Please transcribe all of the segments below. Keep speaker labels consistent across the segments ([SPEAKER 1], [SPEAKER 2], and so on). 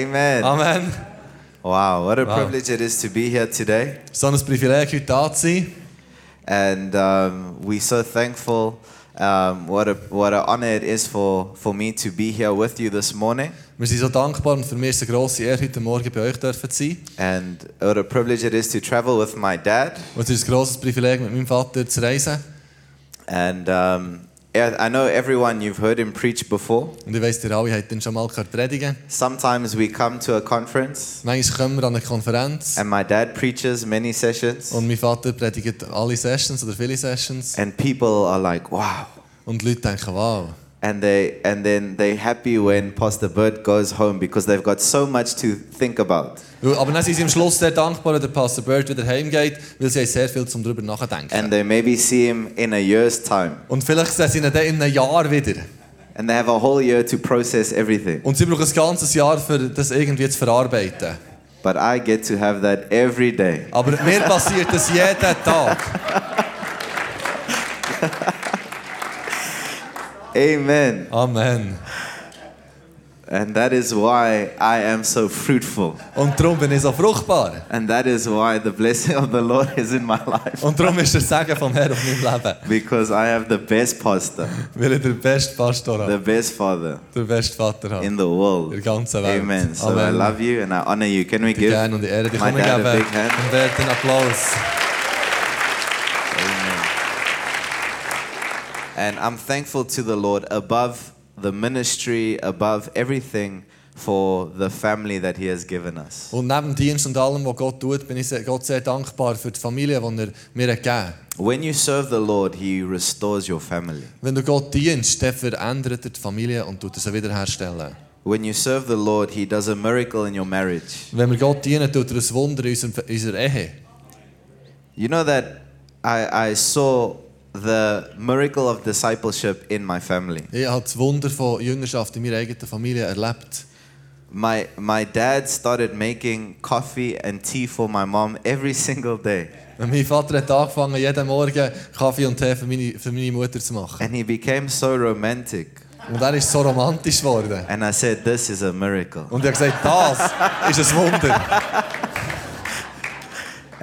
[SPEAKER 1] Amen.
[SPEAKER 2] Amen.
[SPEAKER 1] Wow, what a
[SPEAKER 2] Um, Wow.
[SPEAKER 1] privilege it is to be here today.
[SPEAKER 2] So ein Privileg, heute da zu sein.
[SPEAKER 1] And um, we're so thankful. Um, what a what an honor it is for, for me to be here with you this morning.
[SPEAKER 2] Wir sind so dankbar und für mich ist es eine grosse Ehre, heute Morgen bei euch dürfen zu sein.
[SPEAKER 1] And what a privilege it is to travel with my dad.
[SPEAKER 2] Und es ist ein grosses Privileg, mit meinem Vater zu reisen.
[SPEAKER 1] And um, I I know everyone you've heard him preach before.
[SPEAKER 2] Und ich weiss, ihr alle habt ihn schon mal gehört predigen.
[SPEAKER 1] Sometimes we come to a conference
[SPEAKER 2] Manchmal kommen wir an eine Konferenz
[SPEAKER 1] and my dad preaches many sessions
[SPEAKER 2] und mein Vater predigt alle Sessions oder viele Sessions.
[SPEAKER 1] and people are like, "Wow."
[SPEAKER 2] Und die Leute denken, wow.
[SPEAKER 1] And they and then they happy when Pastor Bert goes home because they've got so much to think about.
[SPEAKER 2] Aber dann sind sie am Schluss sehr dankbar, wenn der Pastor Bird wieder heimgeht, weil sie haben sehr viel zum darüber nachdenken.
[SPEAKER 1] And they maybe see him in a year's time.
[SPEAKER 2] und vielleicht sehen sie ihn dann in einem Jahr wieder.
[SPEAKER 1] And they have a whole year to process everything.
[SPEAKER 2] Und sie brauchen ein ganzes Jahr, für das irgendwie zu verarbeiten.
[SPEAKER 1] But I get to have that every day.
[SPEAKER 2] Aber mir passiert das jeden Tag.
[SPEAKER 1] Amen.
[SPEAKER 2] Amen.
[SPEAKER 1] And that is why I am so fruitful.
[SPEAKER 2] Und darum bin ich so fruchtbar.
[SPEAKER 1] And that is why the blessing of the Lord is in my life.
[SPEAKER 2] Und darum ist der Segen vom Herrn auf meinem Leben.
[SPEAKER 1] Because I have the best pastor,
[SPEAKER 2] Weil ich den besten Pastor
[SPEAKER 1] the
[SPEAKER 2] habe,
[SPEAKER 1] best father
[SPEAKER 2] den besten Vater habe.
[SPEAKER 1] in the world.
[SPEAKER 2] Der ganzen Welt.
[SPEAKER 1] Amen. So I
[SPEAKER 2] Amen.
[SPEAKER 1] love you and I honor you. Can we
[SPEAKER 2] Die
[SPEAKER 1] give
[SPEAKER 2] Gerne und die Ehre, die
[SPEAKER 1] my
[SPEAKER 2] kommen
[SPEAKER 1] dad a
[SPEAKER 2] geben.
[SPEAKER 1] big hand?
[SPEAKER 2] Und wert einen Applaus.
[SPEAKER 1] And I'm thankful to the Lord above the ministry, above everything for the family that He has given us.
[SPEAKER 2] Und neben dem Dienst und allem, was Gott tut, bin ich sehr- Gott sehr dankbar für die Familie, die er mir gegeben hat.
[SPEAKER 1] When you serve the Lord, He restores your family.
[SPEAKER 2] Wenn du Gott dienst, dann verändert er die Familie und tut sie wiederherstellen.
[SPEAKER 1] When you serve the Lord, He does a miracle in your marriage.
[SPEAKER 2] Wenn wir Gott dienen, tut er ein Wunder in unserem- in unserer Ehe.
[SPEAKER 1] You know that I, I saw the miracle of discipleship in my family.
[SPEAKER 2] Ich habe das Wunder von Jüngerschaft in meiner eigenen Familie erlebt.
[SPEAKER 1] My, my dad started making coffee and tea for my mom every single day.
[SPEAKER 2] Mein Vater hat angefangen, jeden Morgen Kaffee und Tee für meine, für meine Mutter zu machen.
[SPEAKER 1] And he became so romantic.
[SPEAKER 2] Und er ist so romantisch geworden.
[SPEAKER 1] And I said, This is a miracle.
[SPEAKER 2] Und ich habe gesagt, das ist ein Wunder.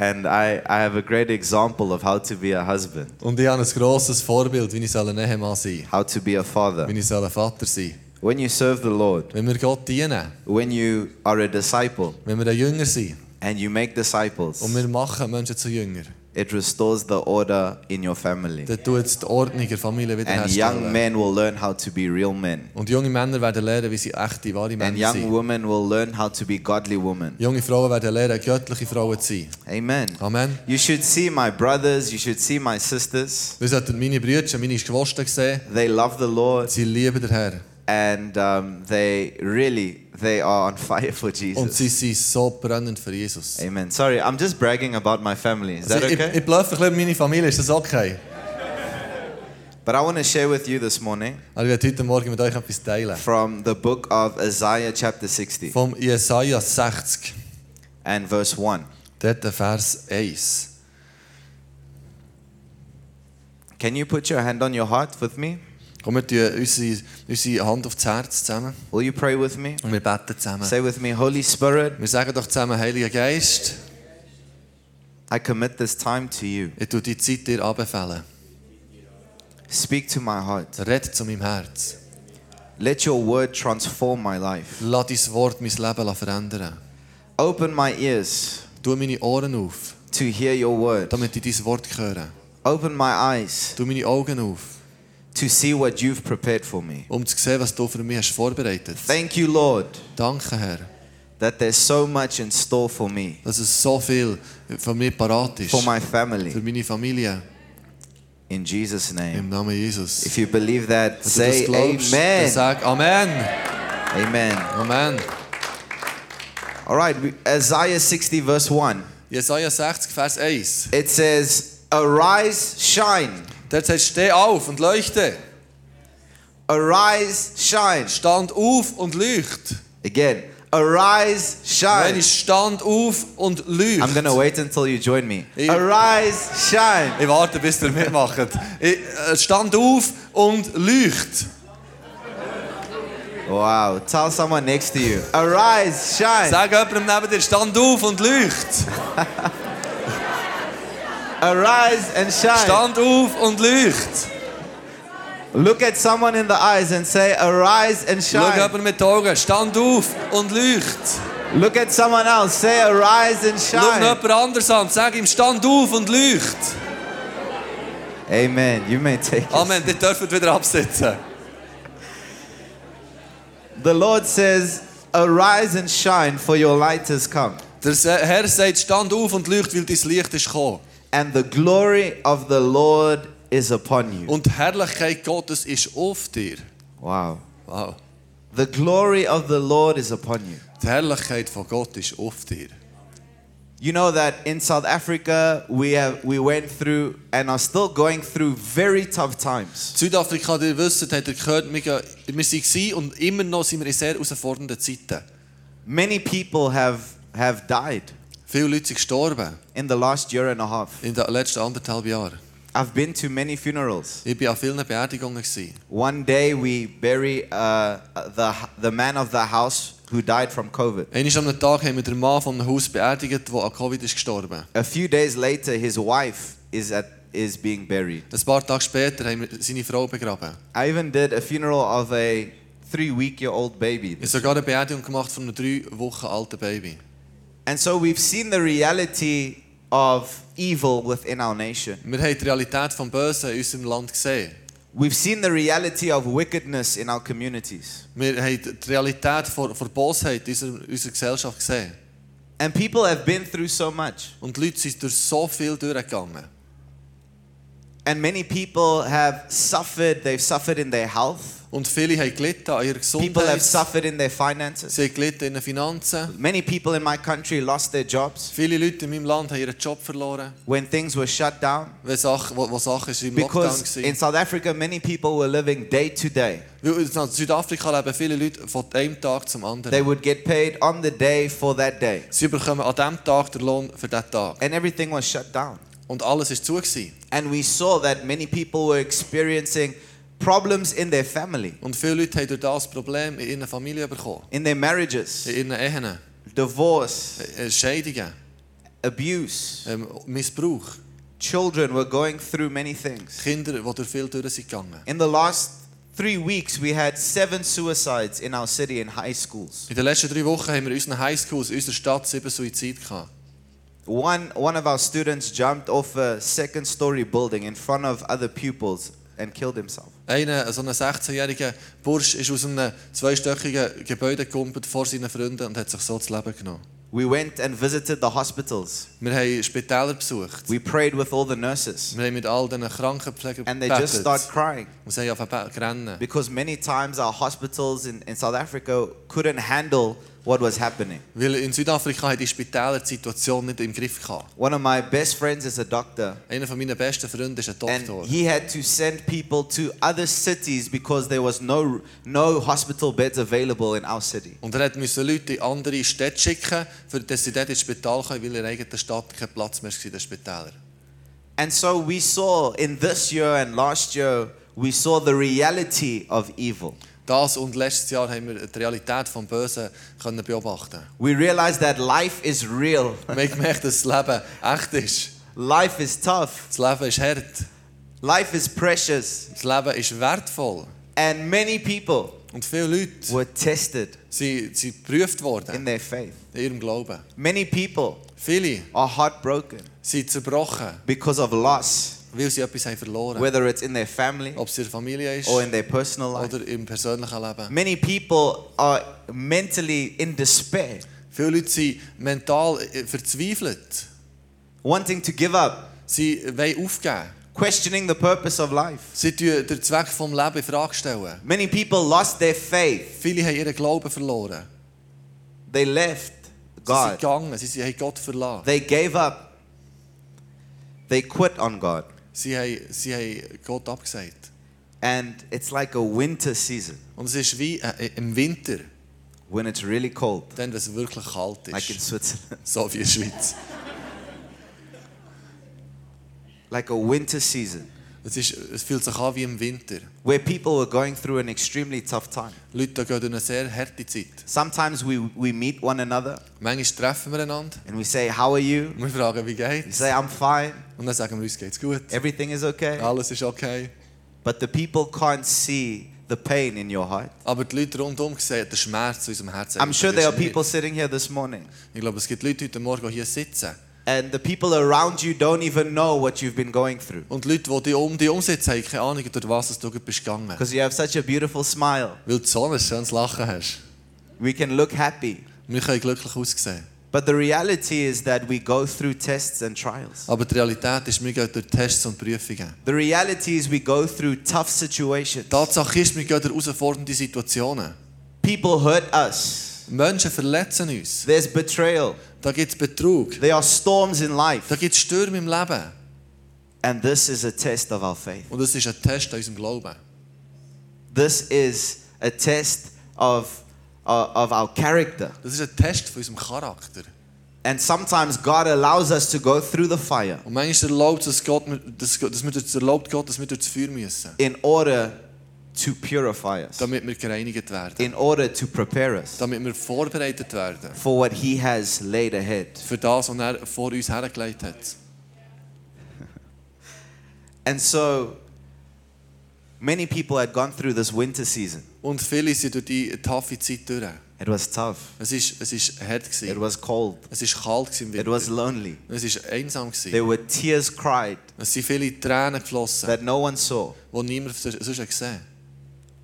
[SPEAKER 1] And I, I have a great example of how to be a husband,
[SPEAKER 2] Und ich habe ein grosses Vorbild, wie ich soll ein Ehemann sein
[SPEAKER 1] how to be a father.
[SPEAKER 2] wie ich soll ein Vater sein
[SPEAKER 1] When you serve the Lord,
[SPEAKER 2] Wenn wir Gott dienen,
[SPEAKER 1] when you are a disciple
[SPEAKER 2] wenn wir ein Jünger sind
[SPEAKER 1] and you make
[SPEAKER 2] und
[SPEAKER 1] disciples,
[SPEAKER 2] wir machen Menschen zu Jünger,
[SPEAKER 1] it restores the order in your family.
[SPEAKER 2] dann tut es die Ordnung in der Familie
[SPEAKER 1] And young
[SPEAKER 2] wiederherstellen.
[SPEAKER 1] men will learn how to be real men.
[SPEAKER 2] Und junge Männer werden lernen, wie sie echte, wahre
[SPEAKER 1] And
[SPEAKER 2] Männer
[SPEAKER 1] young
[SPEAKER 2] sind.
[SPEAKER 1] women will learn how to be godly women.
[SPEAKER 2] Junge Frauen werden lernen, göttliche Frauen zu sein.
[SPEAKER 1] Amen.
[SPEAKER 2] Amen.
[SPEAKER 1] You should see my brothers, you should see my sisters.
[SPEAKER 2] Wir sollten meine Brüder, meine Geschwister sehen,
[SPEAKER 1] They love the Lord
[SPEAKER 2] sie lieben den Herrn.
[SPEAKER 1] and um, they really they are on fire for
[SPEAKER 2] Und
[SPEAKER 1] Jesus.
[SPEAKER 2] sie sind so brennend für Jesus.
[SPEAKER 1] Amen. Sorry, I'm just bragging about my family. Is that
[SPEAKER 2] Also, ich,
[SPEAKER 1] okay?
[SPEAKER 2] ich bluffe ein bisschen meine Familie, ist das okay?
[SPEAKER 1] But I want to share with you this morning
[SPEAKER 2] Aber ich werde heute Morgen mit euch etwas teilen.
[SPEAKER 1] from the book of Isaiah chapter 60
[SPEAKER 2] Vom Jesaja 60,
[SPEAKER 1] and verse 1.
[SPEAKER 2] dort der Vers 1.
[SPEAKER 1] Can you put your hand on your heart with me?
[SPEAKER 2] Komm, wir tun unsere, unsere Hand auf das Herz zusammen
[SPEAKER 1] Will you pray with me?
[SPEAKER 2] und wir beten zusammen.
[SPEAKER 1] Say with me, Holy Spirit,
[SPEAKER 2] Wir sagen doch zusammen, Heiliger Geist,
[SPEAKER 1] I commit this time to you.
[SPEAKER 2] ich tue die Zeit dir anbefehlen.
[SPEAKER 1] Speak to my heart.
[SPEAKER 2] Red zu meinem Herz.
[SPEAKER 1] Let your word transform my life.
[SPEAKER 2] Lass dein Wort mein Leben verändern.
[SPEAKER 1] Open my ears
[SPEAKER 2] Tu meine Ohren auf,
[SPEAKER 1] to hear your word.
[SPEAKER 2] damit ich dein Wort höre.
[SPEAKER 1] Open my eyes
[SPEAKER 2] Tu meine Augen auf,
[SPEAKER 1] to see what you've prepared for me.
[SPEAKER 2] um zu sehen, was du für mich hast vorbereitet hast.
[SPEAKER 1] Thank you, Lord,
[SPEAKER 2] Danke, Herr,
[SPEAKER 1] that there's so much in store for me,
[SPEAKER 2] dass es so viel für mich parat ist.
[SPEAKER 1] for my
[SPEAKER 2] Für
[SPEAKER 1] family.
[SPEAKER 2] meine Familie.
[SPEAKER 1] In Jesus' name.
[SPEAKER 2] Im Namen Jesus.
[SPEAKER 1] If you believe that,
[SPEAKER 2] Wenn du
[SPEAKER 1] say
[SPEAKER 2] das glaubst, dann
[SPEAKER 1] amen.
[SPEAKER 2] sag Amen.
[SPEAKER 1] Amen.
[SPEAKER 2] Amen.
[SPEAKER 1] All right, we- Isaiah 60, verse 1.
[SPEAKER 2] Jesaja 60, Vers 1.
[SPEAKER 1] It says, Arise, shine.
[SPEAKER 2] Dort heißt, steh auf und leuchte.
[SPEAKER 1] Arise, shine.
[SPEAKER 2] Stand auf und leucht.
[SPEAKER 1] Again, arise,
[SPEAKER 2] Wenn
[SPEAKER 1] shine.
[SPEAKER 2] ich stand auf und leucht.
[SPEAKER 1] I'm going to wait until you join me.
[SPEAKER 2] Yeah.
[SPEAKER 1] Arise, shine.
[SPEAKER 2] Ich warte, bis ihr eh, mitmacht. Ich, äh, stand auf und leucht.
[SPEAKER 1] Wow. Tell someone next to you, arise, shine.
[SPEAKER 2] Sag jemandem neben dir, stand auf und leucht.
[SPEAKER 1] Arise and shine.
[SPEAKER 2] Stand auf und leucht.
[SPEAKER 1] Look at someone in the eyes and say, arise and
[SPEAKER 2] Schau
[SPEAKER 1] shine.
[SPEAKER 2] jemandem mit den Augen, stand auf und leucht.
[SPEAKER 1] Look at someone else, say, arise and
[SPEAKER 2] Schau noch
[SPEAKER 1] shine.
[SPEAKER 2] jemand anders an, sag ihm, stand auf und leucht.
[SPEAKER 1] Amen. You may take it.
[SPEAKER 2] Amen, ihr dürft wieder absitzen.
[SPEAKER 1] The Lord says, arise and shine, for your light has come.
[SPEAKER 2] Der Se- Herr sagt, stand auf und leucht, weil dein Licht ist gekommen.
[SPEAKER 1] And the glory of the Lord is upon you.
[SPEAKER 2] Und die Herrlichkeit Gottes ist auf dir.
[SPEAKER 1] Wow.
[SPEAKER 2] Wow.
[SPEAKER 1] The glory of the Lord is upon you.
[SPEAKER 2] Die Herrlichkeit von Gott ist auf dir.
[SPEAKER 1] You know that in South Africa we have we went through and are still going through very tough times.
[SPEAKER 2] Südafrika, ihr wisst, habt ihr gehört, wir, gehen- wir waren und immer noch sind wir in sehr herausfordernden Zeiten.
[SPEAKER 1] Many people have have died
[SPEAKER 2] Viele Leute sind gestorben
[SPEAKER 1] in the last year and a half.
[SPEAKER 2] in den letzten anderthalb Jahren.
[SPEAKER 1] I've been to many funerals.
[SPEAKER 2] Ich war an vielen Beerdigungen. gewesen.
[SPEAKER 1] One day we bury uh, the the man of the house who died from COVID.
[SPEAKER 2] Einmal am Tag haben wir den Mann von einem Haus beerdigt, der an Covid ist gestorben.
[SPEAKER 1] A few days later, his wife is at is being buried.
[SPEAKER 2] Ein paar Tage später haben wir seine Frau begraben.
[SPEAKER 1] I even did a funeral of a three week year old baby.
[SPEAKER 2] Ich habe sogar eine Beerdigung gemacht von einem drei Wochen alten Baby.
[SPEAKER 1] And so we've seen the reality of evil within our nation.
[SPEAKER 2] Wir haben die Realität vom Bösen in unserem Land gesehen.
[SPEAKER 1] We've seen the reality of wickedness in our communities.
[SPEAKER 2] Wir haben die Realität von, von Bosheit in unserer, unserer Gesellschaft gesehen.
[SPEAKER 1] And people have been through so much.
[SPEAKER 2] Und die Leute sind durch so viel durchgegangen.
[SPEAKER 1] And many people have suffered. They've suffered in their health,
[SPEAKER 2] Und viele haben gelitten an ihrer
[SPEAKER 1] people have
[SPEAKER 2] Gesundheit. Sie
[SPEAKER 1] suffered in their finances.
[SPEAKER 2] haben gelitten in den Finanzen.
[SPEAKER 1] Many people in my country lost their jobs
[SPEAKER 2] Viele Leute in meinem Land haben ihren Job verloren,
[SPEAKER 1] when things were shut down.
[SPEAKER 2] weil Sachen, wo, wo Sachen sind im Lockdown
[SPEAKER 1] Because in
[SPEAKER 2] waren.
[SPEAKER 1] South Africa, many people were living day to day.
[SPEAKER 2] Weil in Südafrika leben viele Leute von einem Tag zum
[SPEAKER 1] They
[SPEAKER 2] anderen.
[SPEAKER 1] would get paid on the day for that day.
[SPEAKER 2] Sie bekommen an diesem Tag den Lohn für diesen Tag.
[SPEAKER 1] And everything was shut down.
[SPEAKER 2] Und alles war zu. Gewesen.
[SPEAKER 1] And we saw that many people were experiencing problems in their family,
[SPEAKER 2] Und viele Leute haben durch das Problem in ihren Familien bekommen.
[SPEAKER 1] in their
[SPEAKER 2] In
[SPEAKER 1] marriages,
[SPEAKER 2] ihren Ehen,
[SPEAKER 1] divorce,
[SPEAKER 2] äh, äh, Scheidungen,
[SPEAKER 1] abuse.
[SPEAKER 2] ähm, Missbrauch.
[SPEAKER 1] Children were going through many things.
[SPEAKER 2] Kinder, die durch viel durch sind gegangen.
[SPEAKER 1] In the last three weeks, we had seven suicides in our city in high schools.
[SPEAKER 2] In den letzten drei Wochen haben wir in unseren Highschools, in unserer Stadt, sieben Suizide gehabt.
[SPEAKER 1] One, one of our students jumped off a second story building in front of other pupils and killed himself.
[SPEAKER 2] Einer, so ein 16-jähriger Bursch, ist aus einem zweistöckigen Gebäude gekumpelt vor seinen Freunden und hat sich so das Leben genommen.
[SPEAKER 1] We went and visited the hospitals.
[SPEAKER 2] Wir haben Spitäler besucht.
[SPEAKER 1] We prayed with all the nurses.
[SPEAKER 2] Wir haben mit all diesen Krankenpflegern
[SPEAKER 1] And they just start
[SPEAKER 2] gebetet.
[SPEAKER 1] crying
[SPEAKER 2] Und sie haben angefangen zu rennen.
[SPEAKER 1] because many times our hospitals in, in South Africa couldn't handle what was happening.
[SPEAKER 2] Weil in Südafrika hatten die Spitäler die Situation nicht im Griff. Gehabt.
[SPEAKER 1] One of my best friends is a doctor,
[SPEAKER 2] Einer von meiner besten Freunde ist ein Doktor.
[SPEAKER 1] and he had to send people to other cities because there was no, no hospital beds available in our city.
[SPEAKER 2] Und er hat müssen Leute in andere Städte schicken, für dass sie dort ins Spital kommen, weil in ihrer eigenen Stadt kein Platz mehr war in den Spitälern.
[SPEAKER 1] And so we saw in this year and last year, we saw the reality of evil.
[SPEAKER 2] Das und letztes Jahr haben wir die Realität des Bösen können beobachten.
[SPEAKER 1] We realized that life is real,
[SPEAKER 2] Wir haben gemerkt, dass das Leben echt ist.
[SPEAKER 1] life is tough,
[SPEAKER 2] Das Leben ist hart.
[SPEAKER 1] life is precious,
[SPEAKER 2] Das Leben ist wertvoll.
[SPEAKER 1] and many people
[SPEAKER 2] Und viele Leute
[SPEAKER 1] were tested
[SPEAKER 2] sind, sind geprüft
[SPEAKER 1] in
[SPEAKER 2] worden
[SPEAKER 1] their faith.
[SPEAKER 2] in ihrem Glauben.
[SPEAKER 1] Many people
[SPEAKER 2] Viele
[SPEAKER 1] are heartbroken
[SPEAKER 2] sind zerbrochen,
[SPEAKER 1] because of loss,
[SPEAKER 2] weil sie etwas haben verloren
[SPEAKER 1] whether it's in their family
[SPEAKER 2] Ob es in der Familie ist
[SPEAKER 1] or Oh, in their personal life.
[SPEAKER 2] oder im persönlichen Leben.
[SPEAKER 1] Many people are mentally in despair,
[SPEAKER 2] Viele Leute sind mental äh, verzweifelt.
[SPEAKER 1] wanting to give up,
[SPEAKER 2] Sie wollen aufgeben.
[SPEAKER 1] questioning the purpose of life.
[SPEAKER 2] Sie stellen den Zweck des Lebens in Frage. Stellen.
[SPEAKER 1] Many people lost their faith.
[SPEAKER 2] Viele haben ihren Glauben verloren.
[SPEAKER 1] They left
[SPEAKER 2] Sie
[SPEAKER 1] God.
[SPEAKER 2] sind gegangen, sie- sie haben Gott verlassen.
[SPEAKER 1] They gave up. They quit on God.
[SPEAKER 2] Sie haben, sie haben Gott abgesagt.
[SPEAKER 1] And it's like a winter season
[SPEAKER 2] Und es ist wie äh, im Winter,
[SPEAKER 1] when it's really cold,
[SPEAKER 2] dann, wenn es wirklich kalt ist.
[SPEAKER 1] like in Switzerland.
[SPEAKER 2] So wie in der Schweiz.
[SPEAKER 1] like a winter season.
[SPEAKER 2] Es Es, ist, es fühlt sich an wie im Winter.
[SPEAKER 1] where people were going through an extremely tough time.
[SPEAKER 2] Leute da gehen durch eine sehr harte Zeit.
[SPEAKER 1] Sometimes we, we meet one another
[SPEAKER 2] Manchmal treffen wir einander
[SPEAKER 1] and we say, How are you?
[SPEAKER 2] und wir fragen, wie
[SPEAKER 1] We
[SPEAKER 2] geht's?
[SPEAKER 1] say, I'm fine.
[SPEAKER 2] Und dann sagen wir, uns geht's gut.
[SPEAKER 1] Everything is okay.
[SPEAKER 2] Alles ist okay.
[SPEAKER 1] But the people can't see the pain in your heart.
[SPEAKER 2] Aber die Leute rundum sehen den Schmerz in unserem Herzen.
[SPEAKER 1] I'm sure there are people sitting here this morning,
[SPEAKER 2] Ich glaube, es gibt Leute heute Morgen, die hier sitzen.
[SPEAKER 1] and the people around you don't even know what you've been going through
[SPEAKER 2] Und die Leute, die dich um dich umsitzen, haben keine Ahnung, durch was du gerade bist gegangen.
[SPEAKER 1] because you have such a beautiful smile.
[SPEAKER 2] Weil du so ein schönes Lachen hast.
[SPEAKER 1] We can look happy.
[SPEAKER 2] Wir können glücklich aussehen.
[SPEAKER 1] But the reality is that we go through tests and trials.
[SPEAKER 2] Aber die Realität ist, wir gehen durch Tests und Prüfungen.
[SPEAKER 1] The reality is we go through tough situations.
[SPEAKER 2] Die Tatsache ist, wir gehen durch herausfordernde Situationen.
[SPEAKER 1] People hurt us.
[SPEAKER 2] Menschen verletzen uns.
[SPEAKER 1] There's betrayal.
[SPEAKER 2] Da gibt es Betrug.
[SPEAKER 1] There are storms in
[SPEAKER 2] Da
[SPEAKER 1] life.
[SPEAKER 2] gibt es Stürme im Leben.
[SPEAKER 1] And this is a test of our faith.
[SPEAKER 2] Und das ist ein Test an unserem Glauben.
[SPEAKER 1] This is a test of, uh, of our character.
[SPEAKER 2] Das ist ein Test von unserem Charakter.
[SPEAKER 1] And sometimes God allows us to go through the fire
[SPEAKER 2] Und manchmal erlaubt es Gott, dass, dass wir durch, es erlaubt Gott, dass wir durch das Feuer müssen.
[SPEAKER 1] in order to purify us,
[SPEAKER 2] Damit wir gereinigt werden.
[SPEAKER 1] in order to prepare us
[SPEAKER 2] Damit wir vorbereitet werden.
[SPEAKER 1] for what He has laid ahead.
[SPEAKER 2] Für das, was er vor uns hergelegt hat.
[SPEAKER 1] And so many people had gone through this winter season.
[SPEAKER 2] Und viele sind durch die taffe Zeit durch.
[SPEAKER 1] It was tough,
[SPEAKER 2] Es ist, es ist hart.
[SPEAKER 1] it
[SPEAKER 2] Gewesen.
[SPEAKER 1] was cold,
[SPEAKER 2] Es ist kalt gewesen im
[SPEAKER 1] it
[SPEAKER 2] Winter.
[SPEAKER 1] was lonely.
[SPEAKER 2] Es ist einsam. Gewesen.
[SPEAKER 1] There were tears cried
[SPEAKER 2] Es sind viele Tränen geflossen,
[SPEAKER 1] that no one saw,
[SPEAKER 2] die niemand sonst sonst hat gesehen hat.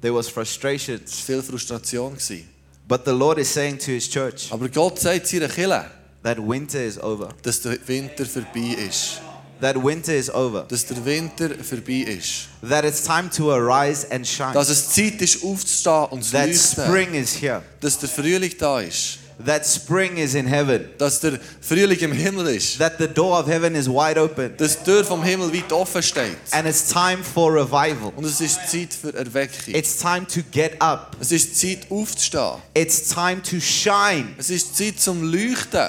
[SPEAKER 1] there was frustration.
[SPEAKER 2] Es war viel Frustration. Gewesen.
[SPEAKER 1] But the Lord is saying to His church
[SPEAKER 2] Aber Gott sagt seiner Kirche,
[SPEAKER 1] that winter is over.
[SPEAKER 2] dass der Winter vorbei ist.
[SPEAKER 1] That winter is over.
[SPEAKER 2] Dass der Winter vorbei ist.
[SPEAKER 1] That it's time to arise and shine.
[SPEAKER 2] Dass es Zeit ist, aufzustehen und zu
[SPEAKER 1] That
[SPEAKER 2] leuchten.
[SPEAKER 1] spring is here.
[SPEAKER 2] Dass der Frühling da ist.
[SPEAKER 1] That spring is in heaven.
[SPEAKER 2] Dass der Frühling im Himmel ist.
[SPEAKER 1] That the door of heaven is wide open.
[SPEAKER 2] Dass die Tür vom Himmel weit offen steht.
[SPEAKER 1] And it's time for revival.
[SPEAKER 2] Und es ist Zeit für Erweckung.
[SPEAKER 1] It's time to get up.
[SPEAKER 2] Es ist Zeit aufzustehen.
[SPEAKER 1] It's time to shine,
[SPEAKER 2] Es ist Zeit zum Leuchten.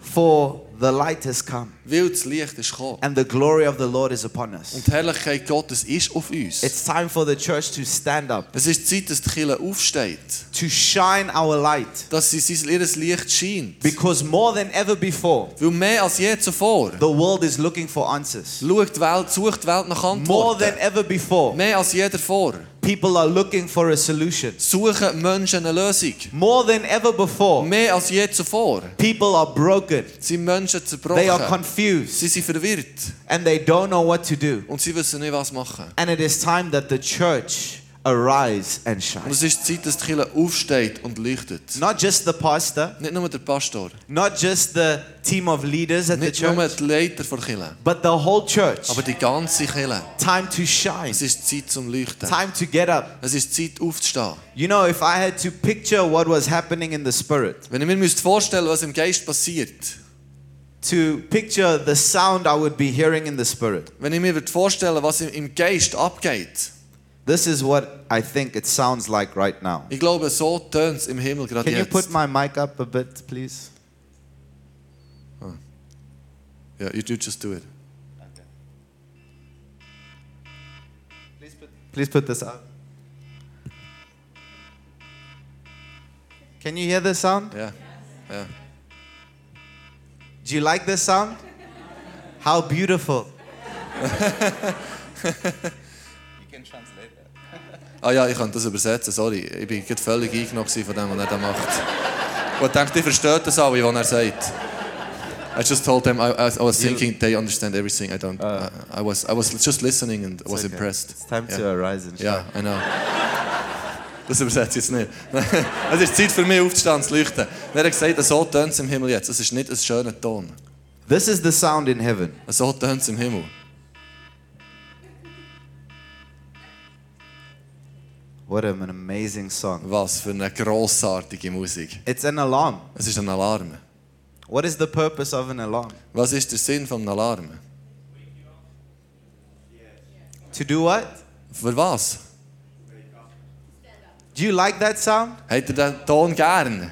[SPEAKER 1] for the light has come.
[SPEAKER 2] Weil das Licht ist gekommen.
[SPEAKER 1] And the glory of the Lord is upon us.
[SPEAKER 2] Und die Herrlichkeit Gottes ist auf uns.
[SPEAKER 1] It's time for the church to stand up,
[SPEAKER 2] Es ist Zeit, dass die Kirche aufsteht.
[SPEAKER 1] to shine our light.
[SPEAKER 2] Dass sie sein- ihr Licht scheint.
[SPEAKER 1] Because more than ever before,
[SPEAKER 2] Weil mehr als je zuvor
[SPEAKER 1] The world is looking for answers.
[SPEAKER 2] schaut die Welt, sucht die Welt nach
[SPEAKER 1] More than
[SPEAKER 2] Antworten.
[SPEAKER 1] ever before,
[SPEAKER 2] Mehr als je davor
[SPEAKER 1] people are looking for a solution.
[SPEAKER 2] suchen Menschen eine Lösung.
[SPEAKER 1] More than ever before,
[SPEAKER 2] Mehr als je zuvor
[SPEAKER 1] people are broken.
[SPEAKER 2] sind Menschen
[SPEAKER 1] They are
[SPEAKER 2] zerbrochen.
[SPEAKER 1] confused
[SPEAKER 2] Sie sind verwirrt
[SPEAKER 1] and they don't know what to do.
[SPEAKER 2] und sie wissen nicht, was machen.
[SPEAKER 1] And it is time that the church arise and
[SPEAKER 2] Und
[SPEAKER 1] shine.
[SPEAKER 2] es ist Zeit, dass die Kirche aufsteht und leuchtet.
[SPEAKER 1] Not just the pastor,
[SPEAKER 2] Nicht nur der Pastor,
[SPEAKER 1] not just the team of leaders at the
[SPEAKER 2] nicht nur
[SPEAKER 1] church,
[SPEAKER 2] die Leiter der Kirche,
[SPEAKER 1] but the whole church.
[SPEAKER 2] aber die ganze Kirche.
[SPEAKER 1] Time to shine.
[SPEAKER 2] Es ist Zeit zum Leuchten.
[SPEAKER 1] Time to get up.
[SPEAKER 2] Es ist Zeit aufzustehen.
[SPEAKER 1] You know, if I had to picture what was happening in the spirit,
[SPEAKER 2] Wenn ihr mir müsst vorstellen was im Geist passiert,
[SPEAKER 1] to picture the sound I would be hearing in the spirit,
[SPEAKER 2] wenn ich mir würd vorstellen was im- im Geist abgeht,
[SPEAKER 1] This is what I think it sounds like right now.
[SPEAKER 2] ich glaube, so tönt es im Himmel gerade
[SPEAKER 1] Can you
[SPEAKER 2] jetzt.
[SPEAKER 1] put my mic up a bit, please?
[SPEAKER 2] Ja, you do just do it.
[SPEAKER 1] Please put, please put this up. Can you hear this sound?
[SPEAKER 2] Ja. ja.
[SPEAKER 1] Do you like this sound? How beautiful. you can translate that.
[SPEAKER 2] Ah ja, ich kann das übersetzen, sorry. Ich bin gerade völlig eingenommen gewesen von dem, was er da macht. Und ich denke, ihr versteht das alle, was er sagt. I just told them I, I, I was thinking they understand everything. I don't. I, I was I was just listening and was
[SPEAKER 1] Okay.
[SPEAKER 2] impressed.
[SPEAKER 1] Ah. It's time
[SPEAKER 2] ja.
[SPEAKER 1] to arise and shine.
[SPEAKER 2] Ja, I know. Das übersetzt jetzt nicht. es ist Zeit für mich aufzustehen, zu leuchten. Und Er hat gesagt, so tönt es im Himmel jetzt. Es ist nicht ein schöner Ton.
[SPEAKER 1] This is the sound in heaven.
[SPEAKER 2] So tönt es im Himmel.
[SPEAKER 1] What an amazing song.
[SPEAKER 2] Was für eine grossartige Musik.
[SPEAKER 1] It's an alarm.
[SPEAKER 2] Es ist ein Alarm.
[SPEAKER 1] What is the purpose of an alarm?
[SPEAKER 2] Was ist der Sinn von einem Alarm?
[SPEAKER 1] To do what?
[SPEAKER 2] Für was?
[SPEAKER 1] Do you like that sound?
[SPEAKER 2] Habt ihr den Ton gern?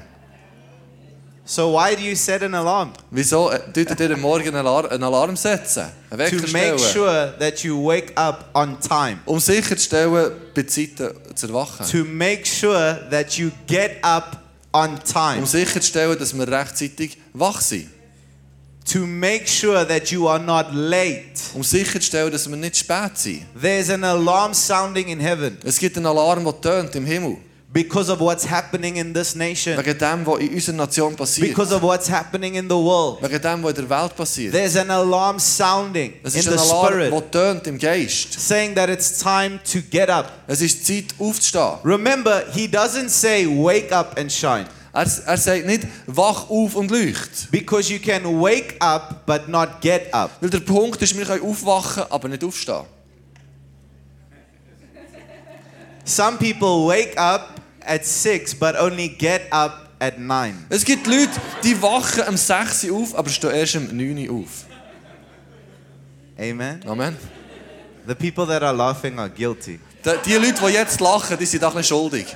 [SPEAKER 1] So why do you set an alarm?
[SPEAKER 2] Wieso äh, tut ihr am Morgen einen Alarm, einen Alarm setzen? Einen Wecker
[SPEAKER 1] To make
[SPEAKER 2] stellen?
[SPEAKER 1] sure that you wake up on time.
[SPEAKER 2] Um sicherzustellen, bei Zeiten zu erwachen.
[SPEAKER 1] To make sure that you get up on time.
[SPEAKER 2] Um sicherzustellen, dass wir rechtzeitig wach sind.
[SPEAKER 1] To make sure that you are not late.
[SPEAKER 2] Um sicherzustellen, dass wir nicht spät sind.
[SPEAKER 1] There's an alarm sounding in heaven
[SPEAKER 2] Es gibt einen Alarm, der tönt im Himmel.
[SPEAKER 1] because of what's happening in this nation,
[SPEAKER 2] Wegen dem, was in unserer Nation passiert.
[SPEAKER 1] because of what's happening in the world.
[SPEAKER 2] Wegen dem, was in der Welt passiert.
[SPEAKER 1] There's an alarm sounding in
[SPEAKER 2] Es ist
[SPEAKER 1] the
[SPEAKER 2] ein Alarm,
[SPEAKER 1] spirit
[SPEAKER 2] der tönt im Geist.
[SPEAKER 1] saying that it's time to get up.
[SPEAKER 2] Es ist Zeit aufzustehen.
[SPEAKER 1] Remember, he doesn't say wake up and shine
[SPEAKER 2] Er, er sagt nicht, wach auf und leucht.
[SPEAKER 1] because you can wake up but not get up.
[SPEAKER 2] Weil der Punkt ist, wir können aufwachen, aber nicht aufstehen.
[SPEAKER 1] Some people wake up at 6 but only get up at 9.
[SPEAKER 2] Es gibt Leute, die wachen am 6 Uhr auf, aber stehen erst am 9 Uhr auf.
[SPEAKER 1] Amen.
[SPEAKER 2] Amen.
[SPEAKER 1] The people that are laughing are guilty.
[SPEAKER 2] Da- Die Leute, die jetzt lachen, die sind auch nicht schuldig.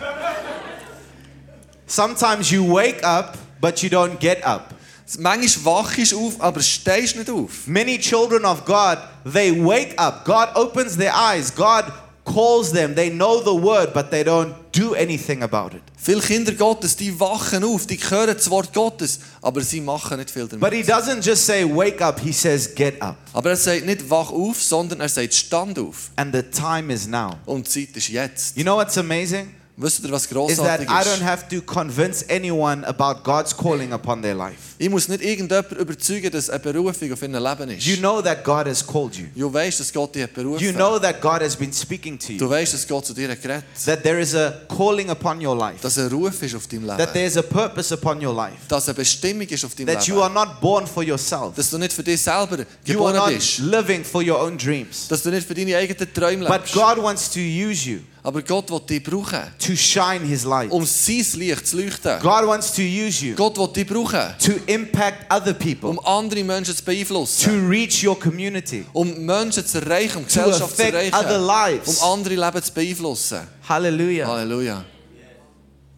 [SPEAKER 1] Sometimes you wake up but you don't get up.
[SPEAKER 2] Manchmal wachst du auf, aber stehst nicht auf.
[SPEAKER 1] Many children of God, they wake up. God opens their eyes. God calls them. They know the word but they don't do anything about it.
[SPEAKER 2] Viele Kinder Gottes, die wachen auf, die hören das Wort Gottes, aber sie machen nicht viel damit.
[SPEAKER 1] But he doesn't just say wake up, he says get up.
[SPEAKER 2] Aber er sagt nicht wach auf, sondern er sagt stand auf.
[SPEAKER 1] And the time is now.
[SPEAKER 2] Und die Zeit ist jetzt.
[SPEAKER 1] You know what's amazing?
[SPEAKER 2] Wisst ihr, was
[SPEAKER 1] Is
[SPEAKER 2] grossartig
[SPEAKER 1] that I don't
[SPEAKER 2] ist?
[SPEAKER 1] have to convince anyone about God's calling upon their life.
[SPEAKER 2] Ich muss nicht irgendjemanden überzeugen, dass eine Berufung auf ihr Leben ist.
[SPEAKER 1] You know that God has called you.
[SPEAKER 2] Du weißt, dass Gott dich hat berufen
[SPEAKER 1] You know that God has been speaking to you.
[SPEAKER 2] Du weißt, dass Gott zu dir hat geredet
[SPEAKER 1] That there is a calling upon your life.
[SPEAKER 2] Dass ein Ruf ist auf deinem
[SPEAKER 1] That
[SPEAKER 2] Leben.
[SPEAKER 1] there is a purpose upon your life.
[SPEAKER 2] Dass eine Bestimmung ist auf deinem
[SPEAKER 1] That you
[SPEAKER 2] Leben.
[SPEAKER 1] are not born for yourself.
[SPEAKER 2] Dass du nicht für dich selber
[SPEAKER 1] You are
[SPEAKER 2] geboren
[SPEAKER 1] not
[SPEAKER 2] bist.
[SPEAKER 1] living for your own dreams.
[SPEAKER 2] Dass du nicht für deine eigenen Träume
[SPEAKER 1] But
[SPEAKER 2] lebst.
[SPEAKER 1] God wants to use you
[SPEAKER 2] Aber Gott will dich brauchen,
[SPEAKER 1] to shine His light.
[SPEAKER 2] um sein Licht zu leuchten.
[SPEAKER 1] God wants to use you
[SPEAKER 2] Gott will dich brauchen,
[SPEAKER 1] to impact other
[SPEAKER 2] um
[SPEAKER 1] people,
[SPEAKER 2] andere Menschen zu beeinflussen.
[SPEAKER 1] to reach your community,
[SPEAKER 2] Um Menschen zu erreichen, um
[SPEAKER 1] to
[SPEAKER 2] Gesellschaft zu
[SPEAKER 1] affect other
[SPEAKER 2] erreichen. Um
[SPEAKER 1] lives. Ja.
[SPEAKER 2] andere Leben zu beeinflussen.
[SPEAKER 1] Hallelujah.
[SPEAKER 2] Halleluja.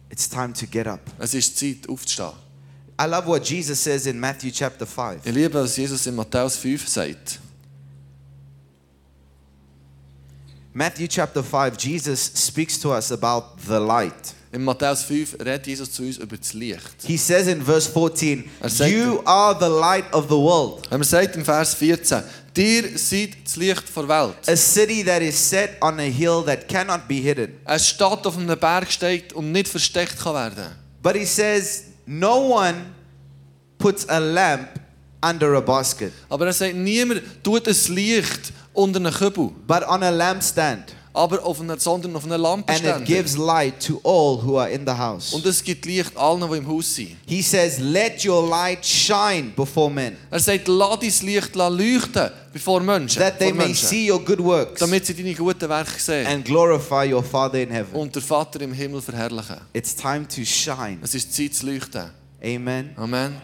[SPEAKER 1] It's time to get up.
[SPEAKER 2] Es ist Zeit, aufzustehen.
[SPEAKER 1] I love what Jesus says in Matthew chapter 5.
[SPEAKER 2] Ich liebe, was Jesus in Matthäus 5 sagt.
[SPEAKER 1] Matthew chapter 5, Jesus speaks to us about the light.
[SPEAKER 2] In Matthäus 5 redet Jesus zu uns über das Licht.
[SPEAKER 1] He says in verse 14,
[SPEAKER 2] Er sagt-
[SPEAKER 1] You are the light of the world.
[SPEAKER 2] Wenn man sagt im Vers 14, dir seid das Licht der Welt.
[SPEAKER 1] A city that is set on a hill that cannot be hidden.
[SPEAKER 2] Eine Stadt auf einem Berg steigt und nicht versteckt kann werden.
[SPEAKER 1] But he says, No one puts a lamp under a basket,
[SPEAKER 2] Aber er sagt, niemand tut ein Licht unter einen Kübel,
[SPEAKER 1] but on a lampstand,
[SPEAKER 2] aber auf einer, sondern auf einer Lampe
[SPEAKER 1] and it
[SPEAKER 2] stehen.
[SPEAKER 1] gives light to all who are in the house.
[SPEAKER 2] Und es gibt Licht allen, die im Haus sind.
[SPEAKER 1] He says, Let your light shine before men.
[SPEAKER 2] Er sagt, lass dein Licht leuchten bevor Menschen,
[SPEAKER 1] that they
[SPEAKER 2] vor
[SPEAKER 1] may
[SPEAKER 2] Menschen
[SPEAKER 1] see your good works
[SPEAKER 2] damit sie deine guten Werke sehen
[SPEAKER 1] and glorify your Father in heaven.
[SPEAKER 2] und den Vater im Himmel verherrlichen.
[SPEAKER 1] It's time to shine.
[SPEAKER 2] Es ist Zeit zu leuchten.
[SPEAKER 1] Amen.
[SPEAKER 2] Amen.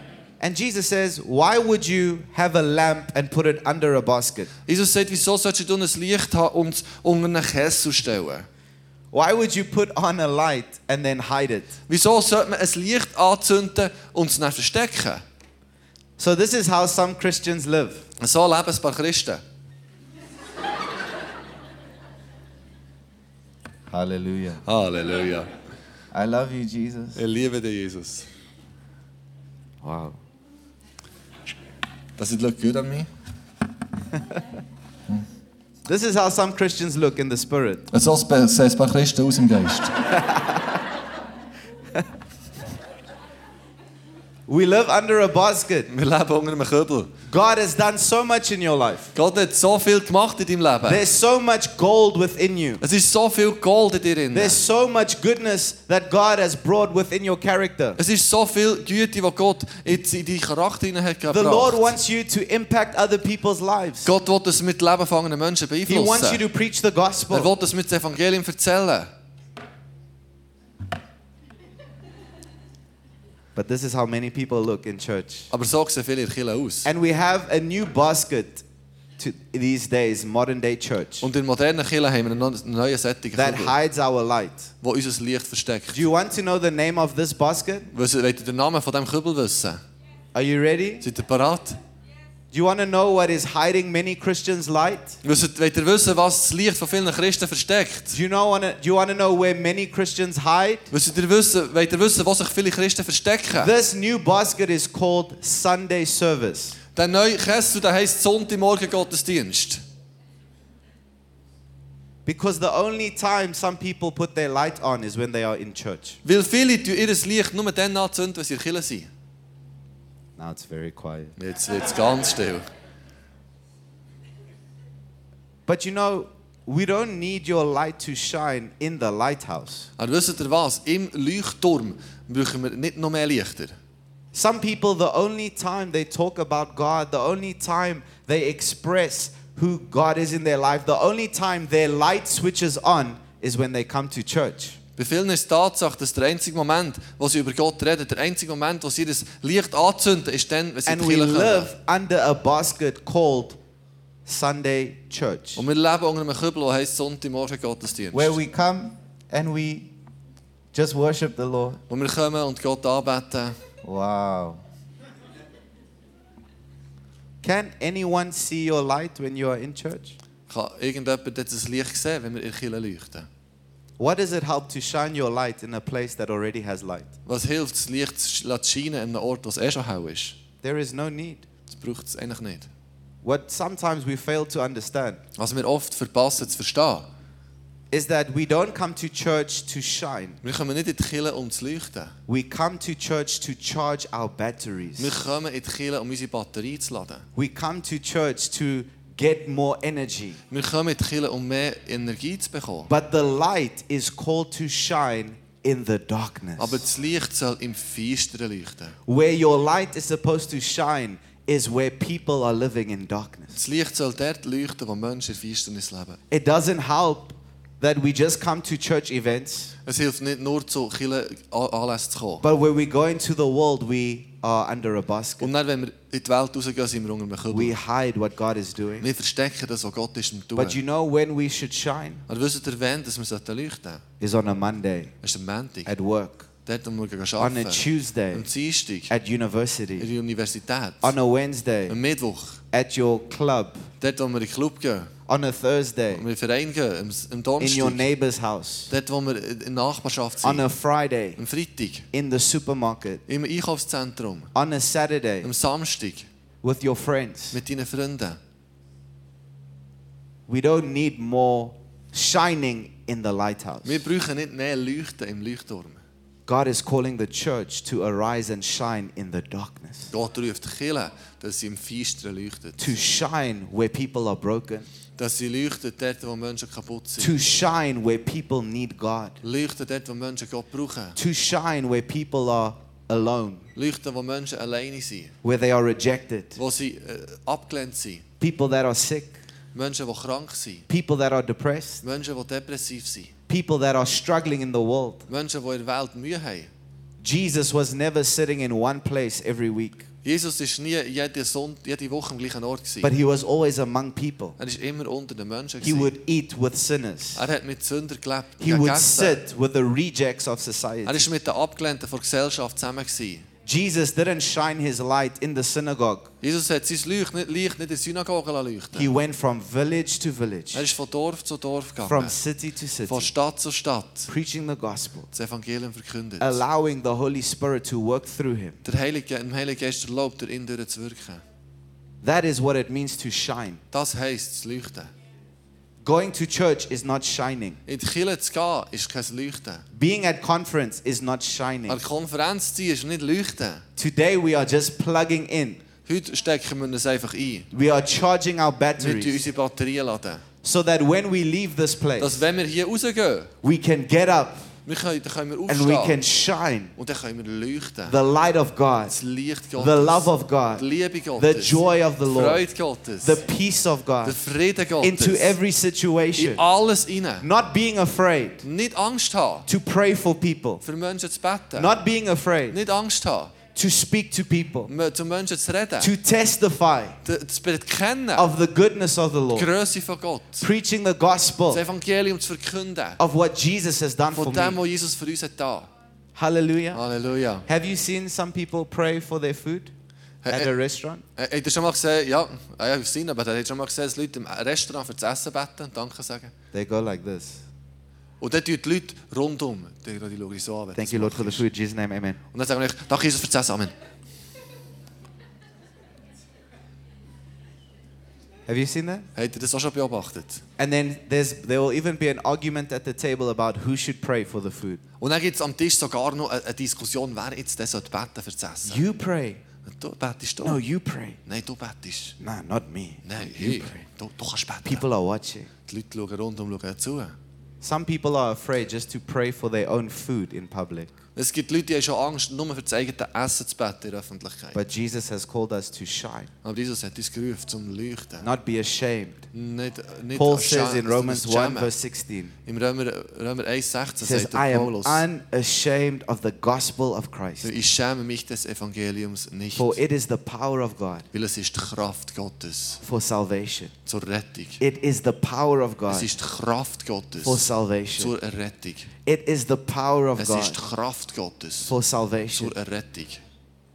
[SPEAKER 1] And Jesus says, Why would you have a lamp and put it under a basket?
[SPEAKER 2] Jesus sagt, wieso solltest du ein Licht haben, um es unter einen Kessel zu stellen?
[SPEAKER 1] Why would you put on a light and then hide it?
[SPEAKER 2] Wieso sollte man ein Licht anzünden und es dann verstecken?
[SPEAKER 1] So, this is how some Christians live.
[SPEAKER 2] So leben ein paar Christen.
[SPEAKER 1] Hallelujah.
[SPEAKER 2] Halleluja.
[SPEAKER 1] I love you, Jesus.
[SPEAKER 2] Ich liebe dich, Jesus.
[SPEAKER 1] Wow.
[SPEAKER 2] Does it look good on me?
[SPEAKER 1] This is how some Christians look in the spirit.
[SPEAKER 2] So sehen ein paar Christen aus im Geist.
[SPEAKER 1] We live under a basket.
[SPEAKER 2] Wir leben unter einem Kübel.
[SPEAKER 1] God has done so much in your life.
[SPEAKER 2] Gott hat so viel gemacht in deinem Leben.
[SPEAKER 1] There's so much gold within you.
[SPEAKER 2] Es ist so viel Gold in dir drin.
[SPEAKER 1] There's so much goodness that God has brought within your character.
[SPEAKER 2] Es ist so viel Güte, die Gott jetzt in deinen Charakter hinein hat
[SPEAKER 1] The Lord
[SPEAKER 2] gebracht.
[SPEAKER 1] wants you to impact other people's lives.
[SPEAKER 2] Gott will das mit Leben fangenden Menschen
[SPEAKER 1] He wants you
[SPEAKER 2] beeinflussen.
[SPEAKER 1] to preach the
[SPEAKER 2] Er
[SPEAKER 1] gospel.
[SPEAKER 2] will das mit dem Evangelium erzählen.
[SPEAKER 1] But this is how many people look in church.
[SPEAKER 2] Aber so sehen viele in der Kirche aus.
[SPEAKER 1] And we have a new basket to these days, modern day church,
[SPEAKER 2] Und in modernen Kirchen haben wir einen no- neuen sättigen
[SPEAKER 1] that
[SPEAKER 2] Kugel,
[SPEAKER 1] hides our light.
[SPEAKER 2] der unser Licht versteckt.
[SPEAKER 1] Do you want to know the name of this basket?
[SPEAKER 2] Wollt ihr wollt ihr den Namen von diesem Kübel wissen?
[SPEAKER 1] Are you ready?
[SPEAKER 2] Seid ihr parat?
[SPEAKER 1] Do you want to know what is hiding many Christians' light?
[SPEAKER 2] Wollt ihr- wollt ihr wissen, was das Licht von vielen Christen versteckt?
[SPEAKER 1] Do you, know, wanna, do you want to know where many Christians hide?
[SPEAKER 2] Wollt ihr wissen, wollt ihr wissen, wo sich viele Christen verstecken?
[SPEAKER 1] This new basket is called Sunday service.
[SPEAKER 2] Der neue Kessel, der heisst Sonntagmorgen Gottesdienst.
[SPEAKER 1] Because the only time some people put their light on is when they are in church.
[SPEAKER 2] Weil viele tun ihr Licht nur dann anzünden, wenn sie in der Kirche sind.
[SPEAKER 1] Now it's very quiet.
[SPEAKER 2] Jetzt wird es ganz still.
[SPEAKER 1] But you know, we don't need your light to shine in the lighthouse.
[SPEAKER 2] Aber wisst ihr was? Im Leuchtturm brauchen wir nicht noch mehr Lichter.
[SPEAKER 1] Some people, the only time they talk about God, the only time they express who God is in their life, the only time their light switches on is when they come to church.
[SPEAKER 2] Bei vielen ist die Tatsache, dass der einzige Moment, wo sie über Gott reden, der einzige Moment, wo sie das Licht anzünden, ist dann, wenn sie in
[SPEAKER 1] And
[SPEAKER 2] die
[SPEAKER 1] we
[SPEAKER 2] Kirche kommen.
[SPEAKER 1] live under a basket called Sunday church,
[SPEAKER 2] Und wir leben unter einem Kübel, der heisst Sonntagmorgen Gottesdienst.
[SPEAKER 1] where we come and we just worship the Lord.
[SPEAKER 2] Und wir kommen und Gott anbeten.
[SPEAKER 1] Wow. Can anyone see your light when you are in church?
[SPEAKER 2] Kann irgendjemand dort das Licht sehen, wenn wir in der Kirche leuchten?
[SPEAKER 1] What does it help to shine your light in a place that already has light?
[SPEAKER 2] Was hilft, das Licht zu lassen scheinen an einem Ort, wo es eh schon hell ist?
[SPEAKER 1] There is no need.
[SPEAKER 2] Das braucht es eigentlich nicht.
[SPEAKER 1] What sometimes we fail to understand
[SPEAKER 2] Was wir oft verpassen zu verstehen.
[SPEAKER 1] is that we don't come to church to shine.
[SPEAKER 2] Wir kommen nicht in die Kirche, um zu leuchten.
[SPEAKER 1] We come to church to charge our
[SPEAKER 2] Wir
[SPEAKER 1] batteries.
[SPEAKER 2] kommen in die Kirche, um unsere Batterie zu laden.
[SPEAKER 1] We come to church to get more energy.
[SPEAKER 2] Wir kommen in die Kirche, um mehr Energie zu bekommen.
[SPEAKER 1] But the light is called to shine in the
[SPEAKER 2] Aber
[SPEAKER 1] darkness.
[SPEAKER 2] das Licht soll im Finstern leuchten.
[SPEAKER 1] Where your light is supposed to shine is where people are living in darkness.
[SPEAKER 2] Das Licht soll dort leuchten, wo Menschen in Finsternis leben.
[SPEAKER 1] It doesn't help that we just come to church events,
[SPEAKER 2] Es hilft nicht nur, zu Kirchenanlässen zu kommen.
[SPEAKER 1] but when we go into the world, we are under a basket.
[SPEAKER 2] Und dann, wenn wir in die Welt rausgehen, sind wir unter einem Kübel.
[SPEAKER 1] We hide what God is doing.
[SPEAKER 2] Wir verstecken das, was Gott ist im Tun.
[SPEAKER 1] But you know when we should shine
[SPEAKER 2] Aber wisst ihr, wann dass wir sollten leuchten sollten?
[SPEAKER 1] is on a Monday
[SPEAKER 2] Das ist am Montag.
[SPEAKER 1] at work,
[SPEAKER 2] Dort, wo wir gehen
[SPEAKER 1] on a
[SPEAKER 2] arbeiten.
[SPEAKER 1] Tuesday
[SPEAKER 2] Am Dienstag.
[SPEAKER 1] at university,
[SPEAKER 2] In der Universität.
[SPEAKER 1] on a Wednesday
[SPEAKER 2] Am Mittwoch.
[SPEAKER 1] at your club,
[SPEAKER 2] Dort, wo wir in den Club gehen.
[SPEAKER 1] on a Thursday
[SPEAKER 2] Wo wir in den Verein gehen. Am, am
[SPEAKER 1] in your
[SPEAKER 2] Donnerstag.
[SPEAKER 1] neighbor's house,
[SPEAKER 2] Dort, wo wir in der Nachbarschaft
[SPEAKER 1] on
[SPEAKER 2] sind.
[SPEAKER 1] a Friday
[SPEAKER 2] Am Freitag.
[SPEAKER 1] in the supermarket,
[SPEAKER 2] Im Einkaufszentrum.
[SPEAKER 1] on a Saturday
[SPEAKER 2] Am Samstag.
[SPEAKER 1] with your friends.
[SPEAKER 2] Mit deinen Freunden.
[SPEAKER 1] We don't need more shining in the lighthouse.
[SPEAKER 2] Wir brauchen nicht mehr Leuchten im Leuchtturm.
[SPEAKER 1] God is calling the church to arise and shine in the darkness,
[SPEAKER 2] Gott ruft die Kirche, dass sie im Finstern leuchtet.
[SPEAKER 1] to shine where people are broken,
[SPEAKER 2] Dass sie leuchtet dort, wo Menschen kaputt sind.
[SPEAKER 1] to shine where people need God,
[SPEAKER 2] Leuchten dort, wo Menschen Gott brauchen.
[SPEAKER 1] to shine where people are alone,
[SPEAKER 2] Leuchten, wo Menschen alleine sind.
[SPEAKER 1] where they are rejected,
[SPEAKER 2] Wo sie äh, abgelehnt sind.
[SPEAKER 1] people that are sick,
[SPEAKER 2] Menschen, die krank sind.
[SPEAKER 1] people that are depressed,
[SPEAKER 2] Menschen, die depressiv sind.
[SPEAKER 1] people that are struggling in the world.
[SPEAKER 2] Menschen, die in der Welt Mühe haben.
[SPEAKER 1] Jesus was never sitting in one place every week,
[SPEAKER 2] Jesus war nie jede, Sonnt jede Woche am gleichen Ort. Gewesen.
[SPEAKER 1] but he was always among people.
[SPEAKER 2] Er war immer unter den Menschen.
[SPEAKER 1] He
[SPEAKER 2] gewesen.
[SPEAKER 1] would eat with sinners.
[SPEAKER 2] Er hat mit Sünder gelebt.
[SPEAKER 1] He would
[SPEAKER 2] gegessen.
[SPEAKER 1] sit with the rejects of
[SPEAKER 2] Er
[SPEAKER 1] society.
[SPEAKER 2] war mit den Abgelehnten von der Gesellschaft zusammen. Gewesen.
[SPEAKER 1] Jesus didn't shine his light in the synagogue.
[SPEAKER 2] Jesus hat sein Leucht nicht, Licht nicht in der Synagoge leuchten
[SPEAKER 1] He
[SPEAKER 2] lassen.
[SPEAKER 1] went from village to village,
[SPEAKER 2] Er ist von Dorf zu Dorf
[SPEAKER 1] from
[SPEAKER 2] gegangen.
[SPEAKER 1] city to city,
[SPEAKER 2] Von Stadt zu Stadt.
[SPEAKER 1] preaching the gospel,
[SPEAKER 2] Das Evangelium verkündet.
[SPEAKER 1] allowing the Holy Spirit to work through him.
[SPEAKER 2] Der Heilige, dem Heiligen Geist erlaubt, durch ihn durchzuwirken.
[SPEAKER 1] That is what it means to shine.
[SPEAKER 2] Das heisst, zu leuchten.
[SPEAKER 1] Going to church is not shining.
[SPEAKER 2] In die Kirche zu gehen, ist kein Leuchten.
[SPEAKER 1] Being at conference is not
[SPEAKER 2] An
[SPEAKER 1] shining.
[SPEAKER 2] die Konferenz zu ziehen, ist nicht Leuchten.
[SPEAKER 1] Today we are just plugging in.
[SPEAKER 2] Heute stecken wir uns einfach ein.
[SPEAKER 1] We are charging our
[SPEAKER 2] Wir laden
[SPEAKER 1] batteries
[SPEAKER 2] unsere Batterien. Laden.
[SPEAKER 1] so that when we leave this
[SPEAKER 2] Dass,
[SPEAKER 1] place,
[SPEAKER 2] wenn wir hier rausgehen,
[SPEAKER 1] we can get up
[SPEAKER 2] wir können, dann können wir
[SPEAKER 1] and we
[SPEAKER 2] aufstehen.
[SPEAKER 1] can shine
[SPEAKER 2] Und dann können wir leuchten.
[SPEAKER 1] the light of God,
[SPEAKER 2] Das Licht Gottes.
[SPEAKER 1] the love of
[SPEAKER 2] die
[SPEAKER 1] God,
[SPEAKER 2] Liebe
[SPEAKER 1] the
[SPEAKER 2] Gottes.
[SPEAKER 1] joy of the
[SPEAKER 2] die
[SPEAKER 1] Lord,
[SPEAKER 2] Freude Gottes.
[SPEAKER 1] the peace of
[SPEAKER 2] der
[SPEAKER 1] God
[SPEAKER 2] Friede Gottes.
[SPEAKER 1] into every
[SPEAKER 2] in
[SPEAKER 1] situation.
[SPEAKER 2] alles rein.
[SPEAKER 1] Not being afraid
[SPEAKER 2] Nicht Angst haben,
[SPEAKER 1] to pray for people.
[SPEAKER 2] für Menschen zu beten.
[SPEAKER 1] Not being afraid
[SPEAKER 2] Nicht Angst haben,
[SPEAKER 1] to speak to people,
[SPEAKER 2] m- zu Menschen zu reden,
[SPEAKER 1] to testify
[SPEAKER 2] d- zu bekennen,
[SPEAKER 1] of the goodness of the
[SPEAKER 2] die
[SPEAKER 1] Lord,
[SPEAKER 2] Größe von Gott,
[SPEAKER 1] preaching the
[SPEAKER 2] das
[SPEAKER 1] gospel
[SPEAKER 2] Evangelium zu verkünden,
[SPEAKER 1] of what Jesus has done for Uh,
[SPEAKER 2] von dem,
[SPEAKER 1] me.
[SPEAKER 2] was Jesus für uns hat getan.
[SPEAKER 1] Hallelujah.
[SPEAKER 2] Halleluja.
[SPEAKER 1] Have you seen some people pray for their food at a restaurant?
[SPEAKER 2] Äh, Habt ihr schon mal gesehen, ja, ah ja, ich sehe, aber habt ihr schon mal gesehen, dass Leute im Restaurant für das Essen beten und Danke sagen?
[SPEAKER 1] They go like this.
[SPEAKER 2] Und dann tun die Leute rundum, die, die schauen so an. wenn
[SPEAKER 1] Thank
[SPEAKER 2] das
[SPEAKER 1] you, Lord,
[SPEAKER 2] macht.
[SPEAKER 1] for the food. In Jesus' name, amen.
[SPEAKER 2] Und dann sagen wir, euch, danke Jesus für das Essen, Amen.
[SPEAKER 1] Have you seen that?
[SPEAKER 2] Habt ihr das auch schon beobachtet?
[SPEAKER 1] And then there's there will even be an argument at the table about who should pray for the food.
[SPEAKER 2] Und dann gibt es am Tisch sogar noch eine, eine Diskussion, wer jetzt das sollte beten für das Essen.
[SPEAKER 1] You pray.
[SPEAKER 2] Du betest du.
[SPEAKER 1] No, you pray.
[SPEAKER 2] Nein, du betest.
[SPEAKER 1] Nah, not me.
[SPEAKER 2] Nein, ich. Du, du kannst beten.
[SPEAKER 1] People are watching.
[SPEAKER 2] Die Leute schauen rundum schauen zu.
[SPEAKER 1] Some people are afraid just to pray for their own food in public.
[SPEAKER 2] Es gibt Leute, die haben schon Angst, nur für das eigene Essen zu beten in der Öffentlichkeit.
[SPEAKER 1] But Jesus has called us to shine,
[SPEAKER 2] Aber Jesus hat uns gerufen, zum Leuchten.
[SPEAKER 1] not be ashamed.
[SPEAKER 2] Nicht, nicht
[SPEAKER 1] Paul
[SPEAKER 2] erschämt,
[SPEAKER 1] says in
[SPEAKER 2] sondern
[SPEAKER 1] Romans 1,
[SPEAKER 2] schämen.
[SPEAKER 1] verse 16,
[SPEAKER 2] Im Römer, Römer 1, 16
[SPEAKER 1] he says,
[SPEAKER 2] sagt
[SPEAKER 1] I
[SPEAKER 2] der
[SPEAKER 1] am
[SPEAKER 2] Paulus,
[SPEAKER 1] unashamed of the gospel of Christ,
[SPEAKER 2] ich schäme mich des Evangeliums nicht,
[SPEAKER 1] for it is the power of God
[SPEAKER 2] weil es ist die Kraft Gottes
[SPEAKER 1] for salvation.
[SPEAKER 2] zur Rettung.
[SPEAKER 1] It is the power of
[SPEAKER 2] Es
[SPEAKER 1] God
[SPEAKER 2] ist die Kraft
[SPEAKER 1] for
[SPEAKER 2] Gottes
[SPEAKER 1] salvation.
[SPEAKER 2] zur Errettung.
[SPEAKER 1] It is the power of
[SPEAKER 2] Es ist die
[SPEAKER 1] God
[SPEAKER 2] Kraft Gottes
[SPEAKER 1] for salvation
[SPEAKER 2] zur Errettung.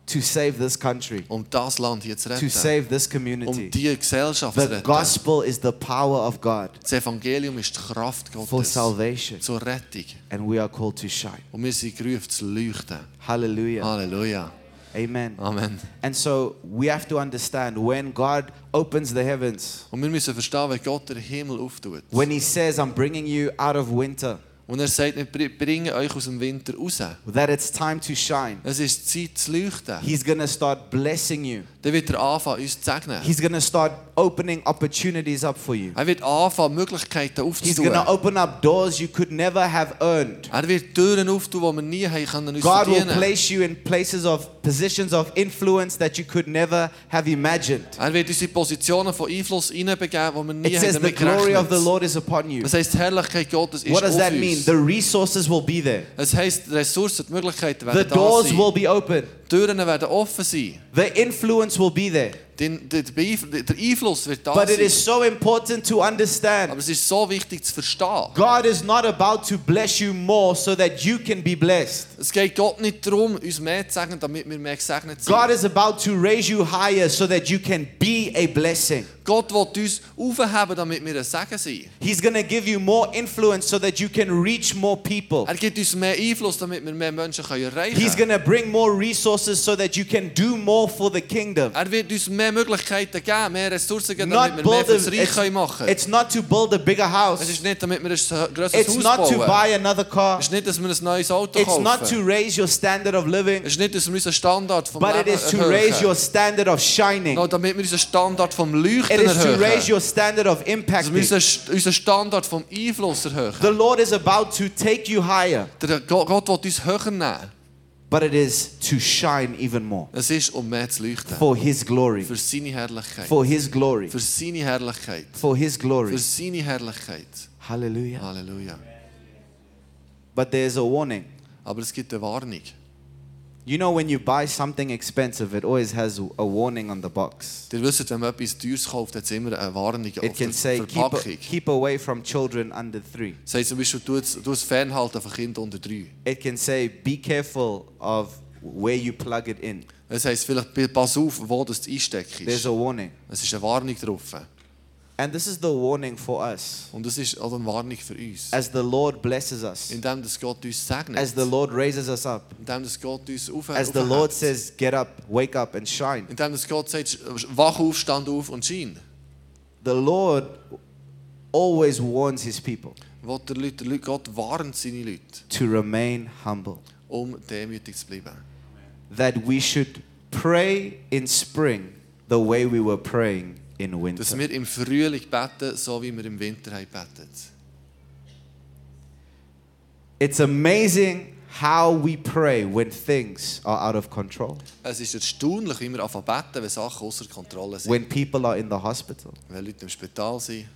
[SPEAKER 1] to save this country,
[SPEAKER 2] Um das Land hier zu
[SPEAKER 1] to
[SPEAKER 2] retten.
[SPEAKER 1] save this
[SPEAKER 2] Um
[SPEAKER 1] community.
[SPEAKER 2] die Gesellschaft zu
[SPEAKER 1] The
[SPEAKER 2] retten.
[SPEAKER 1] gospel is the power of God
[SPEAKER 2] Das Evangelium ist die Kraft
[SPEAKER 1] for
[SPEAKER 2] Gottes
[SPEAKER 1] salvation,
[SPEAKER 2] zur Rettung.
[SPEAKER 1] and we are called to shine.
[SPEAKER 2] Und wir sind gerufen zu leuchten. Ah.
[SPEAKER 1] Hallelujah.
[SPEAKER 2] Halleluja.
[SPEAKER 1] Amen.
[SPEAKER 2] Amen.
[SPEAKER 1] And so we have to understand when God opens the heavens,
[SPEAKER 2] Und wir müssen verstehen, wenn Gott den Himmel auftut.
[SPEAKER 1] when He says, I'm bringing you out of winter,
[SPEAKER 2] Und er sagt, wir br- bringen euch aus dem Winter raus.
[SPEAKER 1] that it's time to shine.
[SPEAKER 2] Es ist Zeit zu leuchten.
[SPEAKER 1] He's going to start blessing you.
[SPEAKER 2] Dann wird er anfangen, uns zu segnen.
[SPEAKER 1] He's going to start opening opportunities up for you.
[SPEAKER 2] Er wird anfangen, Möglichkeiten
[SPEAKER 1] He's going
[SPEAKER 2] aufzutun.
[SPEAKER 1] to open up doors you could never have earned.
[SPEAKER 2] Er wird Türen auftun, die wir nie haben können uns
[SPEAKER 1] God will
[SPEAKER 2] verdienen.
[SPEAKER 1] place you in places of positions of influence that you could never have imagined.
[SPEAKER 2] Er wird uns in Positionen von Einfluss hineinbegeben, die wir nie
[SPEAKER 1] It says
[SPEAKER 2] haben
[SPEAKER 1] the
[SPEAKER 2] damit
[SPEAKER 1] glory of the
[SPEAKER 2] gerechnet.
[SPEAKER 1] Lord is upon you.
[SPEAKER 2] Das heisst, die Herrlichkeit Gottes ist
[SPEAKER 1] What does
[SPEAKER 2] auf
[SPEAKER 1] that mean?
[SPEAKER 2] uns.
[SPEAKER 1] The resources will be there.
[SPEAKER 2] Es heisst, die Ressourcen, die Möglichkeiten
[SPEAKER 1] The
[SPEAKER 2] werden da
[SPEAKER 1] doors
[SPEAKER 2] sein.
[SPEAKER 1] will be open.
[SPEAKER 2] Die Türen werden offen sein.
[SPEAKER 1] The influence will be there.
[SPEAKER 2] Die- die- die Beeinf- Der Einfluss wird da
[SPEAKER 1] But it
[SPEAKER 2] sein.
[SPEAKER 1] is so important to
[SPEAKER 2] Aber
[SPEAKER 1] understand
[SPEAKER 2] es ist so wichtig zu verstehen.
[SPEAKER 1] God is not about to bless you more so that you can be blessed.
[SPEAKER 2] Es geht Gott nicht darum, uns mehr zu segnen, damit wir mehr gesegnet sind.
[SPEAKER 1] God is about to raise you higher so that you can be a blessing.
[SPEAKER 2] Gott will uns aufheben, damit wir ein Segen sind.
[SPEAKER 1] He's going to give you more influence so that you can reach more people.
[SPEAKER 2] Er gibt uns mehr Einfluss, damit wir mehr Menschen können erreichen
[SPEAKER 1] He's
[SPEAKER 2] können.
[SPEAKER 1] going to bring more resources so that you can do more for the kingdom.
[SPEAKER 2] Er wird uns mehr Möglichkeiten geben, mehr Ressourcen geben, damit
[SPEAKER 1] Not
[SPEAKER 2] wir mehr
[SPEAKER 1] build
[SPEAKER 2] für
[SPEAKER 1] a,
[SPEAKER 2] das Reich können
[SPEAKER 1] it's,
[SPEAKER 2] machen können.
[SPEAKER 1] it's not to build a bigger
[SPEAKER 2] Es
[SPEAKER 1] house.
[SPEAKER 2] ist nicht, damit wir ein grösseres
[SPEAKER 1] It's
[SPEAKER 2] Haus
[SPEAKER 1] not to
[SPEAKER 2] bauen.
[SPEAKER 1] buy another car.
[SPEAKER 2] Es ist nicht, dass wir ein neues Auto
[SPEAKER 1] It's not
[SPEAKER 2] kaufen.
[SPEAKER 1] to raise your standard of living,
[SPEAKER 2] Es ist nicht, dass wir unseren Standard vom
[SPEAKER 1] but it
[SPEAKER 2] Leben
[SPEAKER 1] is to raise your
[SPEAKER 2] erhöhen.
[SPEAKER 1] standard of shining.
[SPEAKER 2] No, damit wir unseren Standard vom
[SPEAKER 1] It
[SPEAKER 2] Leuchten
[SPEAKER 1] is to raise
[SPEAKER 2] erhöhen.
[SPEAKER 1] your standard of
[SPEAKER 2] Dass wir
[SPEAKER 1] impacting.
[SPEAKER 2] unseren, unseren Standard vom Einfluss erhöhen.
[SPEAKER 1] The Lord is about to take you higher,
[SPEAKER 2] Der Gott, Gott will uns höher nehmen.
[SPEAKER 1] but it is to shine even more
[SPEAKER 2] Es ist, um mehr zu leuchten.
[SPEAKER 1] for His glory,
[SPEAKER 2] Für seine Herrlichkeit.
[SPEAKER 1] for His glory,
[SPEAKER 2] Für seine Herrlichkeit.
[SPEAKER 1] for His glory.
[SPEAKER 2] Für seine Herrlichkeit.
[SPEAKER 1] Hallelujah.
[SPEAKER 2] Halleluja.
[SPEAKER 1] But there's a warning.
[SPEAKER 2] Aber es gibt eine Warnung.
[SPEAKER 1] You know, when you buy something expensive, it always has a warning on the box.
[SPEAKER 2] Ihr wisst, wenn man etwas Teures kauft, hat es immer eine Warnung auf
[SPEAKER 1] It
[SPEAKER 2] der
[SPEAKER 1] can say, keep,
[SPEAKER 2] Verpackung.
[SPEAKER 1] keep away from children under three.
[SPEAKER 2] Es heißt zum Beispiel, du es tu es fernhalten von Kindern unter drei.
[SPEAKER 1] It can say, be careful of where you plug it in.
[SPEAKER 2] Es heisst vielleicht, pass auf, wo du es
[SPEAKER 1] There's
[SPEAKER 2] einsteckst.
[SPEAKER 1] a warning.
[SPEAKER 2] Es ist eine Warnung drauf.
[SPEAKER 1] And this is the warning for us.
[SPEAKER 2] Und es ist auch eine Warnung für uns.
[SPEAKER 1] As the Lord blesses us,
[SPEAKER 2] Indem dass Gott uns
[SPEAKER 1] as
[SPEAKER 2] segnet.
[SPEAKER 1] the Lord raises us up,
[SPEAKER 2] Indem dass Gott uns auf,
[SPEAKER 1] as the Lord says, get up, wake up, and shine.
[SPEAKER 2] Indem dass Gott sagt, wach auf, stand auf und schein.
[SPEAKER 1] The Lord always warns his people
[SPEAKER 2] Will der Leute, der Leute, Gott warnt seine Leute,
[SPEAKER 1] to remain humble,
[SPEAKER 2] um demütig zu bleiben.
[SPEAKER 1] that we should pray in spring the way we were praying in
[SPEAKER 2] Dass
[SPEAKER 1] winter.
[SPEAKER 2] wir im Frühling beten, so wie wir im Winter haben betet.
[SPEAKER 1] It's amazing how we pray when things are out of control,
[SPEAKER 2] Es ist erstaunlich, wie wir anfangen zu beten, wenn Sachen außer Kontrolle sind.
[SPEAKER 1] when people are in the hospital,
[SPEAKER 2] wenn Leute im Spital sind,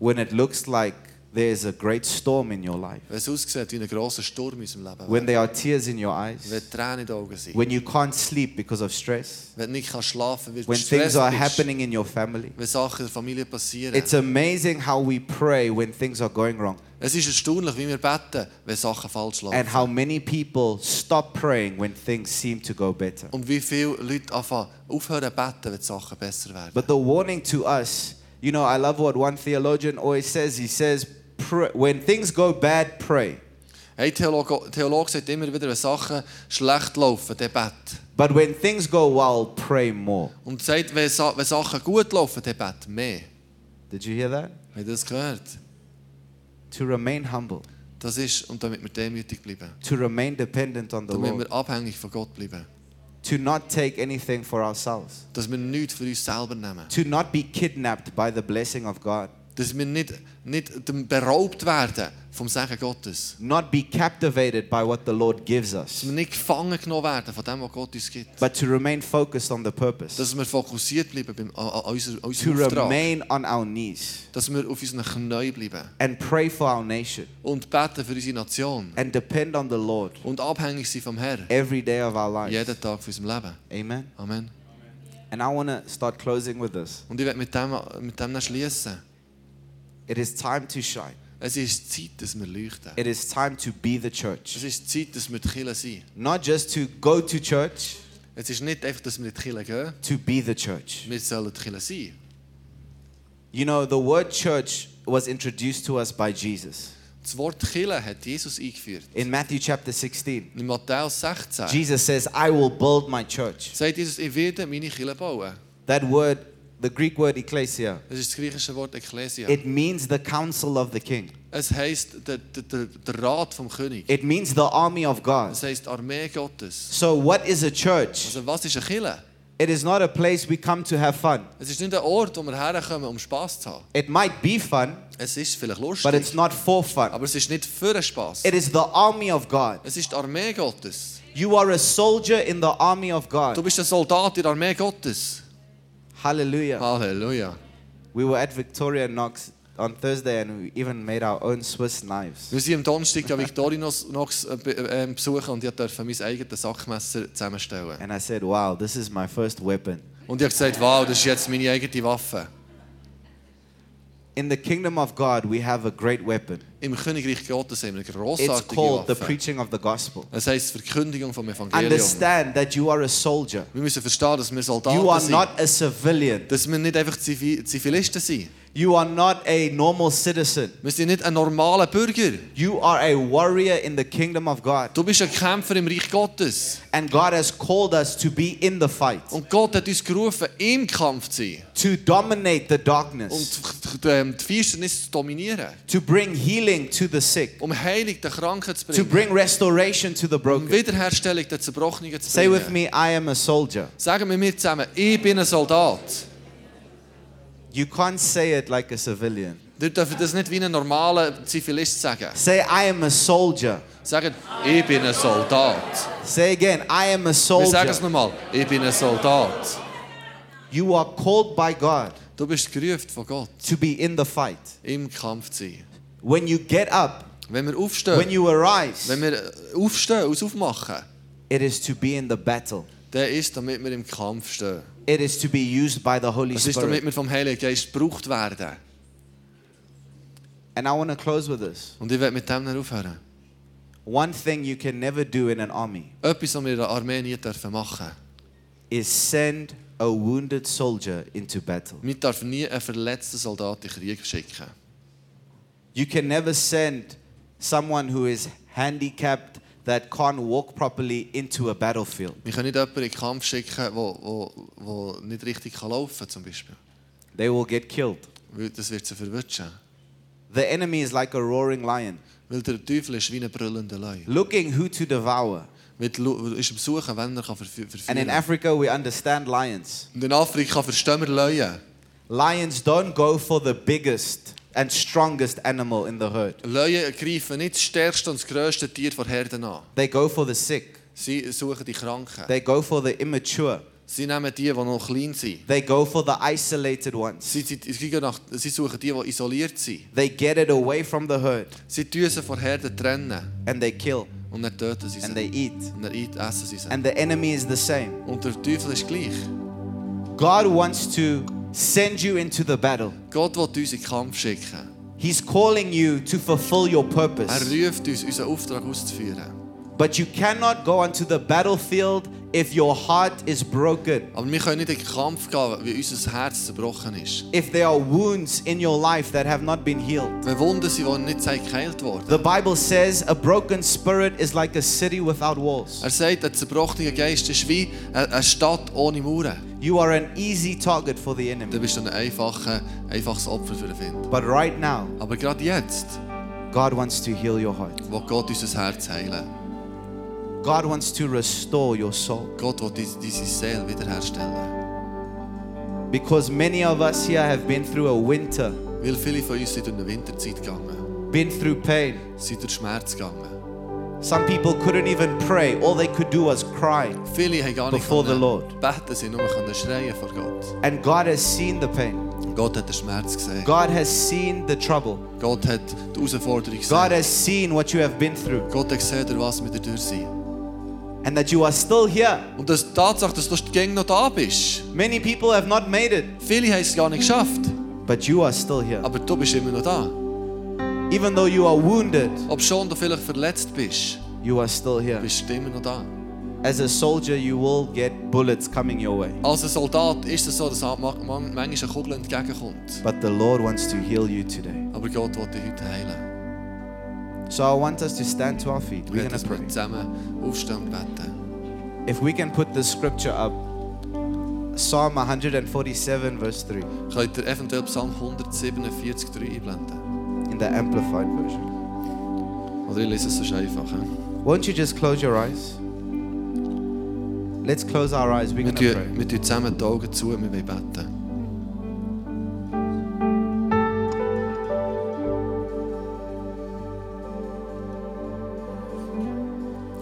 [SPEAKER 1] when it looks like there's a great storm in your life,
[SPEAKER 2] Wenn es aussieht wie ein grosser Sturm in unserem Leben,
[SPEAKER 1] when there are tears in your eyes,
[SPEAKER 2] wenn Tränen in den Augen sind,
[SPEAKER 1] when you can't sleep because of stress,
[SPEAKER 2] wenn du nicht kannst schlafen kannst,
[SPEAKER 1] when
[SPEAKER 2] weil du
[SPEAKER 1] things
[SPEAKER 2] gestresst
[SPEAKER 1] are
[SPEAKER 2] bist,
[SPEAKER 1] happening in your family.
[SPEAKER 2] wenn Sachen in der Familie passieren.
[SPEAKER 1] It's amazing how we pray when things are going wrong
[SPEAKER 2] es ist erstaunlich, wie wir beten, wenn Sachen falsch laufen.
[SPEAKER 1] and how many people stop praying when things seem to go better.
[SPEAKER 2] Und wie viele Leute anfangen, aufhören zu beten, wenn die Sachen besser werden.
[SPEAKER 1] But the warning to us, you know, I love what one theologian always says. He says, pray, when things go bad, pray.
[SPEAKER 2] Ein Theologe, Theologe sagt immer wieder, wenn Sachen schlecht laufen, der bet.
[SPEAKER 1] But when things go well, pray more.
[SPEAKER 2] Und sagt, wenn, Sa wenn Sachen gut laufen, der bet mehr.
[SPEAKER 1] Did you hear that?
[SPEAKER 2] Habt ihr das gehört?
[SPEAKER 1] To remain humble,
[SPEAKER 2] Das ist, und damit wir demütig bleiben.
[SPEAKER 1] to remain dependent on the
[SPEAKER 2] Damit
[SPEAKER 1] Lord,
[SPEAKER 2] wir abhängig von Gott bleiben.
[SPEAKER 1] to not take anything for ourselves,
[SPEAKER 2] Dass wir nichts für uns selber nehmen.
[SPEAKER 1] to not be kidnapped by the blessing of God,
[SPEAKER 2] Dass wir nicht, nicht dem beraubt werden vom Segen Gottes.
[SPEAKER 1] not be captivated by what the Lord gives
[SPEAKER 2] Dass
[SPEAKER 1] us,
[SPEAKER 2] wir nicht gefangen genommen werden von dem, was Gott uns gibt.
[SPEAKER 1] but to remain focused on the purpose,
[SPEAKER 2] Dass wir fokussiert bleiben beim, an, an unser- an
[SPEAKER 1] to
[SPEAKER 2] unserem Auftrag.
[SPEAKER 1] remain on our knees
[SPEAKER 2] Dass wir auf unseren Knien bleiben.
[SPEAKER 1] and pray for our nation
[SPEAKER 2] Und beten für unsere Nation.
[SPEAKER 1] and depend on the Lord
[SPEAKER 2] Und abhängig sein vom Herrn.
[SPEAKER 1] every day of our lives.
[SPEAKER 2] Jeden Tag von unserem Leben.
[SPEAKER 1] Amen.
[SPEAKER 2] Amen.
[SPEAKER 1] And I want to start closing with this.
[SPEAKER 2] Und ich werde mit dem, mit dem schließen.
[SPEAKER 1] It is time to shine.
[SPEAKER 2] Es ist Zeit, dass wir leuchten.
[SPEAKER 1] It is time to be the
[SPEAKER 2] Es
[SPEAKER 1] church.
[SPEAKER 2] ist Zeit, dass wir die Kirche sind.
[SPEAKER 1] Not just to go to church,
[SPEAKER 2] Es ist nicht einfach, dass wir in die Kirche gehen.
[SPEAKER 1] to be the church.
[SPEAKER 2] Wir sollen die Kirche sein.
[SPEAKER 1] You know, the word church was introduced to us by Jesus.
[SPEAKER 2] Das Wort Kirche hat Jesus eingeführt.
[SPEAKER 1] In Matthew chapter 16,
[SPEAKER 2] In Matthäus 16
[SPEAKER 1] Jesus says, I will build my church.
[SPEAKER 2] sagt Jesus, ich werde meine Kirche bauen.
[SPEAKER 1] That word, the Greek word ekklesia,
[SPEAKER 2] Das ist das griechische Wort Ekklesia.
[SPEAKER 1] it means the council of the king,
[SPEAKER 2] Es heisst der, der, der, der Rat vom König.
[SPEAKER 1] it means the army of God.
[SPEAKER 2] Es heisst die Armee Gottes.
[SPEAKER 1] So, what is a church?
[SPEAKER 2] Also was ist eine Kirche?
[SPEAKER 1] It is not a place we come to have fun.
[SPEAKER 2] Es ist nicht ein Ort, wo wir herkommen, um Spass zu haben.
[SPEAKER 1] It might be fun,
[SPEAKER 2] Es ist vielleicht
[SPEAKER 1] but it's
[SPEAKER 2] lustig,
[SPEAKER 1] not for fun.
[SPEAKER 2] aber es ist nicht für den Spass.
[SPEAKER 1] It is the army of God.
[SPEAKER 2] Es ist die Armee Gottes.
[SPEAKER 1] You are a soldier in the army of
[SPEAKER 2] Du
[SPEAKER 1] God.
[SPEAKER 2] bist ein Soldat in der Armee Gottes.
[SPEAKER 1] Hallelujah.
[SPEAKER 2] Halleluja.
[SPEAKER 1] We were at Victoria Knox on Thursday and we even made our own Swiss knives.
[SPEAKER 2] Wir sind am Donnerstag an Victorinox Nox, äh, be- äh, äh, besuchen und ich durfte mein eigenes Sackmesser zusammenstellen.
[SPEAKER 1] And I said, wow, this is my first weapon.
[SPEAKER 2] Und ich habe gesagt, wow, das ist jetzt meine eigene Waffe.
[SPEAKER 1] In the kingdom of God, we have a great weapon.
[SPEAKER 2] Im Königreich Gottes haben wir eine
[SPEAKER 1] It's
[SPEAKER 2] grossartige
[SPEAKER 1] called the
[SPEAKER 2] Waffe.
[SPEAKER 1] preaching of the gospel.
[SPEAKER 2] Es heisst die Verkündigung vom Evangelium.
[SPEAKER 1] Understand that you are a soldier.
[SPEAKER 2] Wir müssen verstehen, dass wir
[SPEAKER 1] You are
[SPEAKER 2] Soldaten sind.
[SPEAKER 1] not a civilian.
[SPEAKER 2] Dass wir nicht einfach Zivi Zivilisten sind.
[SPEAKER 1] You are not a normal citizen.
[SPEAKER 2] Wir sind nicht ein normaler Bürger.
[SPEAKER 1] You are a warrior in the kingdom of God.
[SPEAKER 2] Du bist ein Kämpfer im Reich Gottes.
[SPEAKER 1] And God has called us to be in the fight,
[SPEAKER 2] Und Gott hat uns gerufen, im Kampf zu sein.
[SPEAKER 1] to dominate the darkness,
[SPEAKER 2] Und die- ähm, die Finsternis zu dominieren.
[SPEAKER 1] to bring healing to the sick,
[SPEAKER 2] Um Heilung den Kranken zu
[SPEAKER 1] to
[SPEAKER 2] bringen.
[SPEAKER 1] bring restoration to the
[SPEAKER 2] Um
[SPEAKER 1] broken.
[SPEAKER 2] Wiederherstellung der Zerbrochenen zu
[SPEAKER 1] Say
[SPEAKER 2] bringen.
[SPEAKER 1] with me, I am a soldier.
[SPEAKER 2] Sagen wir mir zusammen, ich bin ein Soldat.
[SPEAKER 1] You can't say it like a civilian.
[SPEAKER 2] Ihr dürft das nicht wie ein normaler Zivilist sagen.
[SPEAKER 1] Say, I am a soldier.
[SPEAKER 2] Sagen, ich bin ein Soldat.
[SPEAKER 1] Say again, I am a
[SPEAKER 2] Wir sagen
[SPEAKER 1] soldier.
[SPEAKER 2] es nochmal, ich bin ein Soldat.
[SPEAKER 1] You are called by God
[SPEAKER 2] Du bist gerufen von Gott,
[SPEAKER 1] to be in the fight.
[SPEAKER 2] im Kampf zu sein.
[SPEAKER 1] When you get up,
[SPEAKER 2] Wenn wir
[SPEAKER 1] when
[SPEAKER 2] aufstehen,
[SPEAKER 1] you arise,
[SPEAKER 2] wenn wir äh, aufstehen, uns aufmachen,
[SPEAKER 1] it is to be in the battle.
[SPEAKER 2] der ist, damit wir im Kampf stehen.
[SPEAKER 1] It is to be used by the Holy
[SPEAKER 2] Das ist, damit
[SPEAKER 1] Spirit.
[SPEAKER 2] wir vom Heiligen Geist gebraucht werden.
[SPEAKER 1] And I want to close with this.
[SPEAKER 2] Und ich werde mit dem nicht aufhören.
[SPEAKER 1] One thing you can never do in an army
[SPEAKER 2] Etwas, was wir in der Armee nie dürfen machen.
[SPEAKER 1] is send a wounded soldier into battle.
[SPEAKER 2] Wir dürfen nie einen verletzten Soldat in den Krieg schicken.
[SPEAKER 1] You can never send someone who is handicapped that can't walk properly into a battlefield.
[SPEAKER 2] Wir können nicht jemanden in den Kampf schicken, der wo, wo nicht richtig kann laufen kann, zum Beispiel.
[SPEAKER 1] They will get killed.
[SPEAKER 2] Weil das wird sie verwirren.
[SPEAKER 1] The enemy is like a roaring lion,
[SPEAKER 2] Weil der Teufel ist wie ein brüllender Löwe.
[SPEAKER 1] looking who to devour.
[SPEAKER 2] Mit Lu- ist am Suchen, wenn er kann verfü- verführen
[SPEAKER 1] And in
[SPEAKER 2] kann.
[SPEAKER 1] Africa, we understand lions.
[SPEAKER 2] Und in Afrika verstehen wir Löwe.
[SPEAKER 1] Lions don't go for the biggest and strongest animal in the herd,
[SPEAKER 2] Löwe greifen nicht das stärkste und das grösste Tier von Herden an.
[SPEAKER 1] they go for the sick,
[SPEAKER 2] Sie suchen die Kranken.
[SPEAKER 1] they go for the immature,
[SPEAKER 2] Sie nehmen die, die noch klein sind.
[SPEAKER 1] They go for the isolated ones.
[SPEAKER 2] Sie, sie, sie, gehen nach, sie suchen die, die isoliert sind.
[SPEAKER 1] They get it away from the herd
[SPEAKER 2] Sie tun sie von Herden trennen
[SPEAKER 1] and they kill
[SPEAKER 2] und dann töten sie sie.
[SPEAKER 1] and they eat.
[SPEAKER 2] Und dann eat- essen sie sie.
[SPEAKER 1] And the enemy is the same.
[SPEAKER 2] Und der Teufel ist gleich.
[SPEAKER 1] God wants to send you into the battle.
[SPEAKER 2] Gott will uns in den Kampf schicken.
[SPEAKER 1] He's calling you to fulfill your
[SPEAKER 2] Er
[SPEAKER 1] purpose.
[SPEAKER 2] ruft uns, unseren Auftrag auszuführen.
[SPEAKER 1] But you cannot go onto the battlefield if your heart is broken.
[SPEAKER 2] Aber wir können nicht in den Kampf gehen, weil unser Herz zerbrochen ist.
[SPEAKER 1] If there are wounds in your life that have not been healed.
[SPEAKER 2] Wenn Wunden sind, die nicht sind geheilt worden.
[SPEAKER 1] The Bible says a broken spirit is like a city without walls.
[SPEAKER 2] Er sagt, ein zerbrochener Geist ist wie eine eine Stadt ohne Mauern.
[SPEAKER 1] You are an easy target for the enemy.
[SPEAKER 2] Dann bist du ein einfacher, einfaches Opfer für den Wind.
[SPEAKER 1] But right now,
[SPEAKER 2] Aber gerade jetzt
[SPEAKER 1] God wants to heal your heart.
[SPEAKER 2] will Gott unser Herz heilen.
[SPEAKER 1] God wants to restore your soul.
[SPEAKER 2] Gott will dies- diese Seele wiederherstellen.
[SPEAKER 1] Because many of us here have been through a winter,
[SPEAKER 2] Weil viele von uns sind durch eine Winterzeit gegangen,
[SPEAKER 1] been through pain.
[SPEAKER 2] sind durch Schmerz gegangen.
[SPEAKER 1] Some people couldn't even pray. All they could do was cry.
[SPEAKER 2] Viele haben gar nicht
[SPEAKER 1] Before the
[SPEAKER 2] können
[SPEAKER 1] Lord.
[SPEAKER 2] beten, sie nur können schreien vor Gott.
[SPEAKER 1] And God has seen the pain.
[SPEAKER 2] Und Gott hat den Schmerz gesehen.
[SPEAKER 1] God has seen the trouble.
[SPEAKER 2] Gott hat die Herausforderung gesehen.
[SPEAKER 1] God has seen what you have been through
[SPEAKER 2] Gott hat gesehen, durch was wir durch sind.
[SPEAKER 1] and that you are still here.
[SPEAKER 2] Und das die Tatsache, dass du gäng noch da bist.
[SPEAKER 1] Many people have not made it,
[SPEAKER 2] Viele haben es gar nicht geschafft.
[SPEAKER 1] but you are still here.
[SPEAKER 2] Aber du bist immer noch da.
[SPEAKER 1] Even though you are wounded,
[SPEAKER 2] Ob schon du vielleicht verletzt bist,
[SPEAKER 1] you are still here.
[SPEAKER 2] bist du immer noch da.
[SPEAKER 1] As a soldier, you will get bullets coming your way,
[SPEAKER 2] Als ein Soldat ist es so, dass man man- manchmal eine Kugel entgegenkommt.
[SPEAKER 1] but the Lord wants to heal you today.
[SPEAKER 2] Aber Gott will dich heute heilen.
[SPEAKER 1] So I want us to stand to our feet.
[SPEAKER 2] Wir
[SPEAKER 1] We're going
[SPEAKER 2] werden
[SPEAKER 1] to pray.
[SPEAKER 2] zusammen aufstehen und beten.
[SPEAKER 1] If we can put this scripture up, Psalm 147, verse 3.
[SPEAKER 2] Könnt ihr eventuell Psalm 147, 3 einblenden?
[SPEAKER 1] in the Amplified Version.
[SPEAKER 2] Oder ich lese es sonst einfach. he?
[SPEAKER 1] Won't you just close your eyes? Let's close our eyes. We're
[SPEAKER 2] Wir
[SPEAKER 1] going to pray.
[SPEAKER 2] tun, wir tun zusammen die Augen zu und wir wollen beten.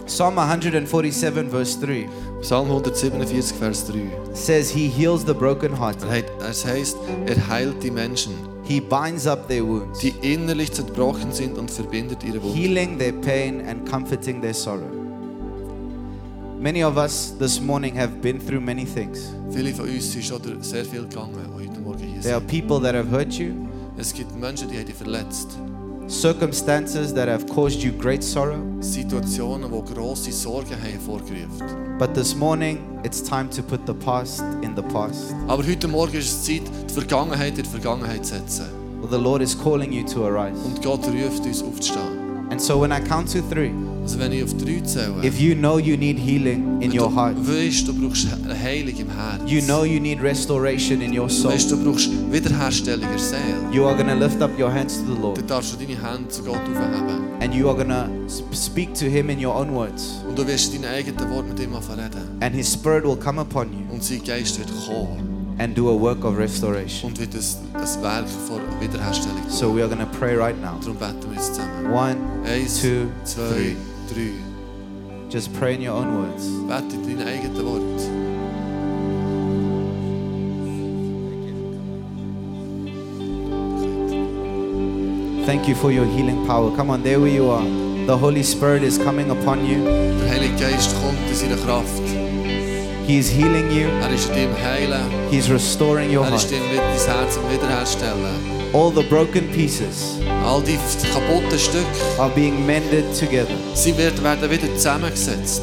[SPEAKER 1] Psalm 147, verse 3
[SPEAKER 2] Psalm 147, Vers 3.
[SPEAKER 1] says, He heals the brokenhearted,
[SPEAKER 2] Er hat- Es heißt, er heilt die Menschen,
[SPEAKER 1] He binds up their wounds,
[SPEAKER 2] die innerlich zerbrochen sind und verbindet ihre Wunden.
[SPEAKER 1] healing their pain and comforting their sorrow. Many of us this morning have been through many things.
[SPEAKER 2] Viele von uns sind schon durch sehr viel gegangen, die heute Morgen hier
[SPEAKER 1] There are
[SPEAKER 2] sind.
[SPEAKER 1] people that have hurt you,
[SPEAKER 2] Es gibt Menschen, die haben dich verletzt.
[SPEAKER 1] circumstances that have caused you great sorrow.
[SPEAKER 2] Situationen, die grosse Sorgen haben hervorgerufen.
[SPEAKER 1] But this morning, it's time to put the past in the past.
[SPEAKER 2] Aber heute Morgen ist es Zeit, die Vergangenheit in die Vergangenheit zu setzen.
[SPEAKER 1] The Lord is calling you to arise.
[SPEAKER 2] Und Gott ruft uns aufzustehen.
[SPEAKER 1] And so when I count to three,
[SPEAKER 2] Also wenn ich auf drei zähle,
[SPEAKER 1] if you know you need healing in
[SPEAKER 2] wenn
[SPEAKER 1] your
[SPEAKER 2] du
[SPEAKER 1] heart,
[SPEAKER 2] weißt, du brauchst eine Heilung im Herzen.
[SPEAKER 1] you know you need restoration in your soul,
[SPEAKER 2] Weißt, du brauchst Wiederherstellung in der Seele.
[SPEAKER 1] you are going to lift up your hands to the
[SPEAKER 2] Dann
[SPEAKER 1] Lord
[SPEAKER 2] darfst du deine Hände zu Gott aufheben.
[SPEAKER 1] and you are going to speak to Him in your own words.
[SPEAKER 2] Und du wirst deine eigenen Worte mit ihm reden.
[SPEAKER 1] And His Spirit will come upon you
[SPEAKER 2] Und sein Geist wird kommen
[SPEAKER 1] and do a work of restoration.
[SPEAKER 2] und wird ein, ein Werk von Wiederherstellung tun.
[SPEAKER 1] So we are going to pray right now.
[SPEAKER 2] Darum beten wir jetzt zusammen.
[SPEAKER 1] One,
[SPEAKER 2] Eins,
[SPEAKER 1] two,
[SPEAKER 2] zwei,
[SPEAKER 1] three.
[SPEAKER 2] drei.
[SPEAKER 1] Just pray in your own words.
[SPEAKER 2] Bete in deinen eigenen Worten.
[SPEAKER 1] Thank you for your healing power. Come on, there where you are. The Holy Spirit is coming upon you.
[SPEAKER 2] Der Heilige Geist kommt in seiner Kraft.
[SPEAKER 1] He is healing you.
[SPEAKER 2] Er ist in deinem Heilen.
[SPEAKER 1] He's restoring your
[SPEAKER 2] Er
[SPEAKER 1] heart.
[SPEAKER 2] ist dir mit dein Herz am Wiederherstellen.
[SPEAKER 1] All the broken pieces
[SPEAKER 2] All die kaputten Stücke,
[SPEAKER 1] are being mended together.
[SPEAKER 2] sie wird- werden wieder zusammengesetzt.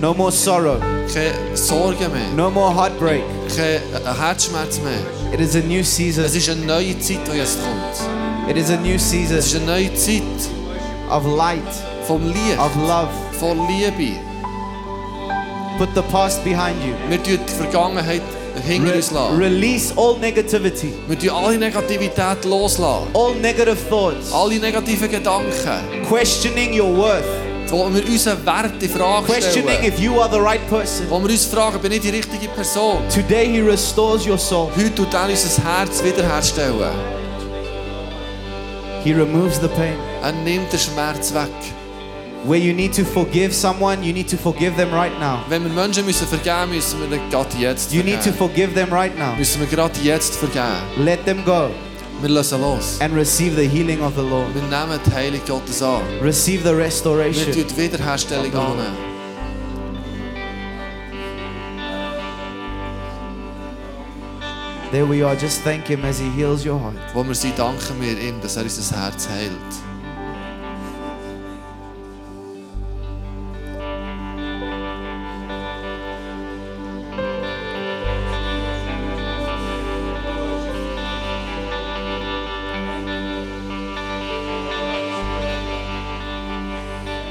[SPEAKER 1] No more sorrow.
[SPEAKER 2] Keine Sorgen mehr.
[SPEAKER 1] No more heartbreak.
[SPEAKER 2] Kein äh, Herzschmerz mehr.
[SPEAKER 1] It is a new season.
[SPEAKER 2] Es ist eine neue Zeit, die jetzt kommt.
[SPEAKER 1] It is a new
[SPEAKER 2] Es ist
[SPEAKER 1] season
[SPEAKER 2] eine neue Zeit
[SPEAKER 1] of light,
[SPEAKER 2] vom Licht,
[SPEAKER 1] of love.
[SPEAKER 2] von Liebe.
[SPEAKER 1] Put the past behind you.
[SPEAKER 2] Wir tun die Vergangenheit hinter uns
[SPEAKER 1] Re-
[SPEAKER 2] lassen.
[SPEAKER 1] release all negativity,
[SPEAKER 2] Wir tun alle Negativität loslassen.
[SPEAKER 1] all negative thoughts,
[SPEAKER 2] Alle negativen Gedanken.
[SPEAKER 1] questioning your worth,
[SPEAKER 2] Wo wir unseren Wert in Frage
[SPEAKER 1] questioning
[SPEAKER 2] stellen.
[SPEAKER 1] if you are the right person.
[SPEAKER 2] Wo wir uns fragen, bin ich die richtige Person?
[SPEAKER 1] Today, He restores your soul.
[SPEAKER 2] Heute tut er unser Herz wiederherstellen.
[SPEAKER 1] He removes the pain,
[SPEAKER 2] Er nimmt den Schmerz weg.
[SPEAKER 1] Where you need to forgive someone, you need to forgive them right now.
[SPEAKER 2] Wenn wir Menschen müssen vergeben müssen, müssen wir den gerade jetzt
[SPEAKER 1] You need to
[SPEAKER 2] vergeben.
[SPEAKER 1] forgive them right now.
[SPEAKER 2] Müssen wir gerade jetzt vergeben.
[SPEAKER 1] Let them go
[SPEAKER 2] Wir lassen los.
[SPEAKER 1] and receive the healing of the Lord.
[SPEAKER 2] Wir nehmen die Heilung Gottes an.
[SPEAKER 1] Receive the
[SPEAKER 2] Wir
[SPEAKER 1] restoration.
[SPEAKER 2] nehmen die Wiederherstellung an.
[SPEAKER 1] There we are. Just thank Him as He heals your heart.
[SPEAKER 2] Wo wir sind, danken wir ihm, dass er unser Herz heilt.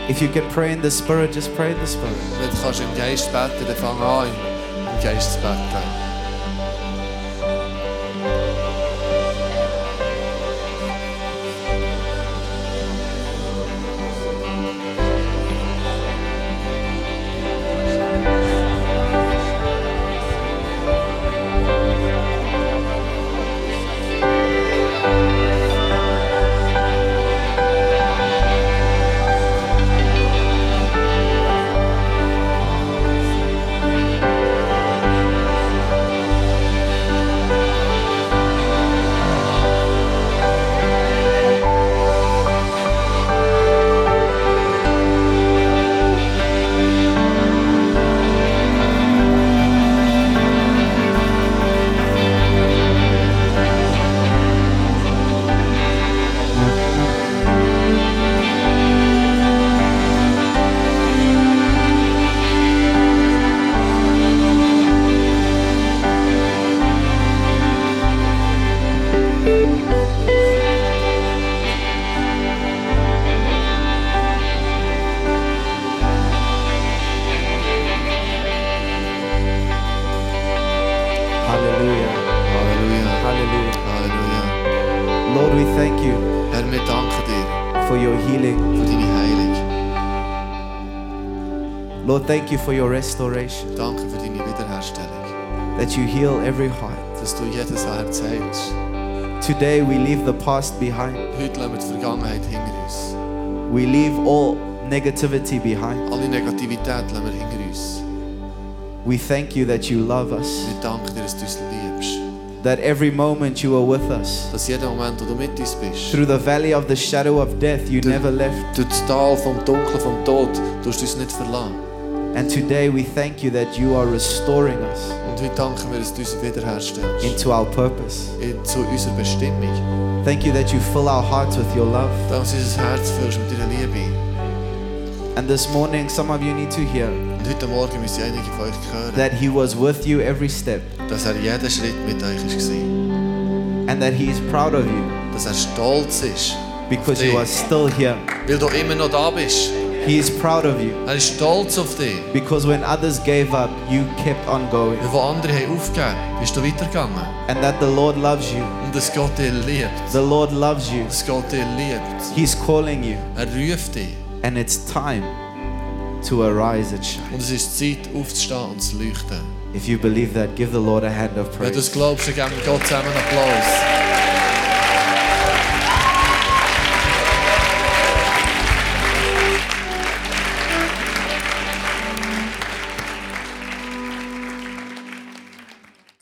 [SPEAKER 1] If you can pray in the Spirit, just pray in the Spirit.
[SPEAKER 2] Wenn du kannst im Geist beten, dann fang an, im- im Geist zu beten.
[SPEAKER 1] Hallelujah.
[SPEAKER 2] Halleluja.
[SPEAKER 1] Hallelujah.
[SPEAKER 2] Halleluja.
[SPEAKER 1] Lord, we thank you
[SPEAKER 2] Herr, wir danken dir
[SPEAKER 1] for your healing.
[SPEAKER 2] für deine Heilung.
[SPEAKER 1] Lord, thank you for your restoration.
[SPEAKER 2] Danke für deine Wiederherstellung.
[SPEAKER 1] That you heal every heart.
[SPEAKER 2] Dass du jedes Herz heilst.
[SPEAKER 1] Today we leave the past behind.
[SPEAKER 2] Heute lassen wir die Vergangenheit hinter uns.
[SPEAKER 1] We leave all negativity behind.
[SPEAKER 2] Alle Negativität lassen wir hinter uns.
[SPEAKER 1] We thank you that you love us.
[SPEAKER 2] Wir danken dir, dass du uns liebst.
[SPEAKER 1] That every moment you were with us.
[SPEAKER 2] Dass jeder Moment, wo du mit uns bist,
[SPEAKER 1] Through the valley of the shadow of death, you
[SPEAKER 2] Through-
[SPEAKER 1] never left.
[SPEAKER 2] durch das Tal vom Dunkeln, vom Tod, du hast uns nicht verlassen.
[SPEAKER 1] And today we thank you that you are restoring us
[SPEAKER 2] Und heute danken dus wir, dass du uns wiederherstellst.
[SPEAKER 1] into our purpose.
[SPEAKER 2] In, zu unserer Bestimmung.
[SPEAKER 1] Thank you that you fill our hearts with your love.
[SPEAKER 2] Dass du unser Herz füllst mit deiner Liebe.
[SPEAKER 1] And this morning, some of you need to hear
[SPEAKER 2] Und heute Morgen müssen einige von euch hören,
[SPEAKER 1] that He was with you every step
[SPEAKER 2] dass er jeden Schritt mit euch war.
[SPEAKER 1] and that He is proud of you
[SPEAKER 2] Dass er stolz ist.
[SPEAKER 1] because you are still here.
[SPEAKER 2] Weil du immer noch da bist.
[SPEAKER 1] He is proud of you
[SPEAKER 2] Er ist stolz auf dich.
[SPEAKER 1] because when others gave up, you kept on going.
[SPEAKER 2] Weil wo andere haben aufgegeben, bist du weitergegangen.
[SPEAKER 1] And that the Lord loves you.
[SPEAKER 2] Und dass Gott dich liebt.
[SPEAKER 1] The Lord loves you.
[SPEAKER 2] Dass Gott dich liebt.
[SPEAKER 1] He's calling you.
[SPEAKER 2] Er ruft dich.
[SPEAKER 1] And it's time to arise and shine.
[SPEAKER 2] Und es ist Zeit, aufzustehen und zu leuchten.
[SPEAKER 1] If you believe that, give the Lord a hand of
[SPEAKER 2] Wenn du es
[SPEAKER 1] praise.
[SPEAKER 2] glaubst, dann geben wir Gott zusammen einen Applaus.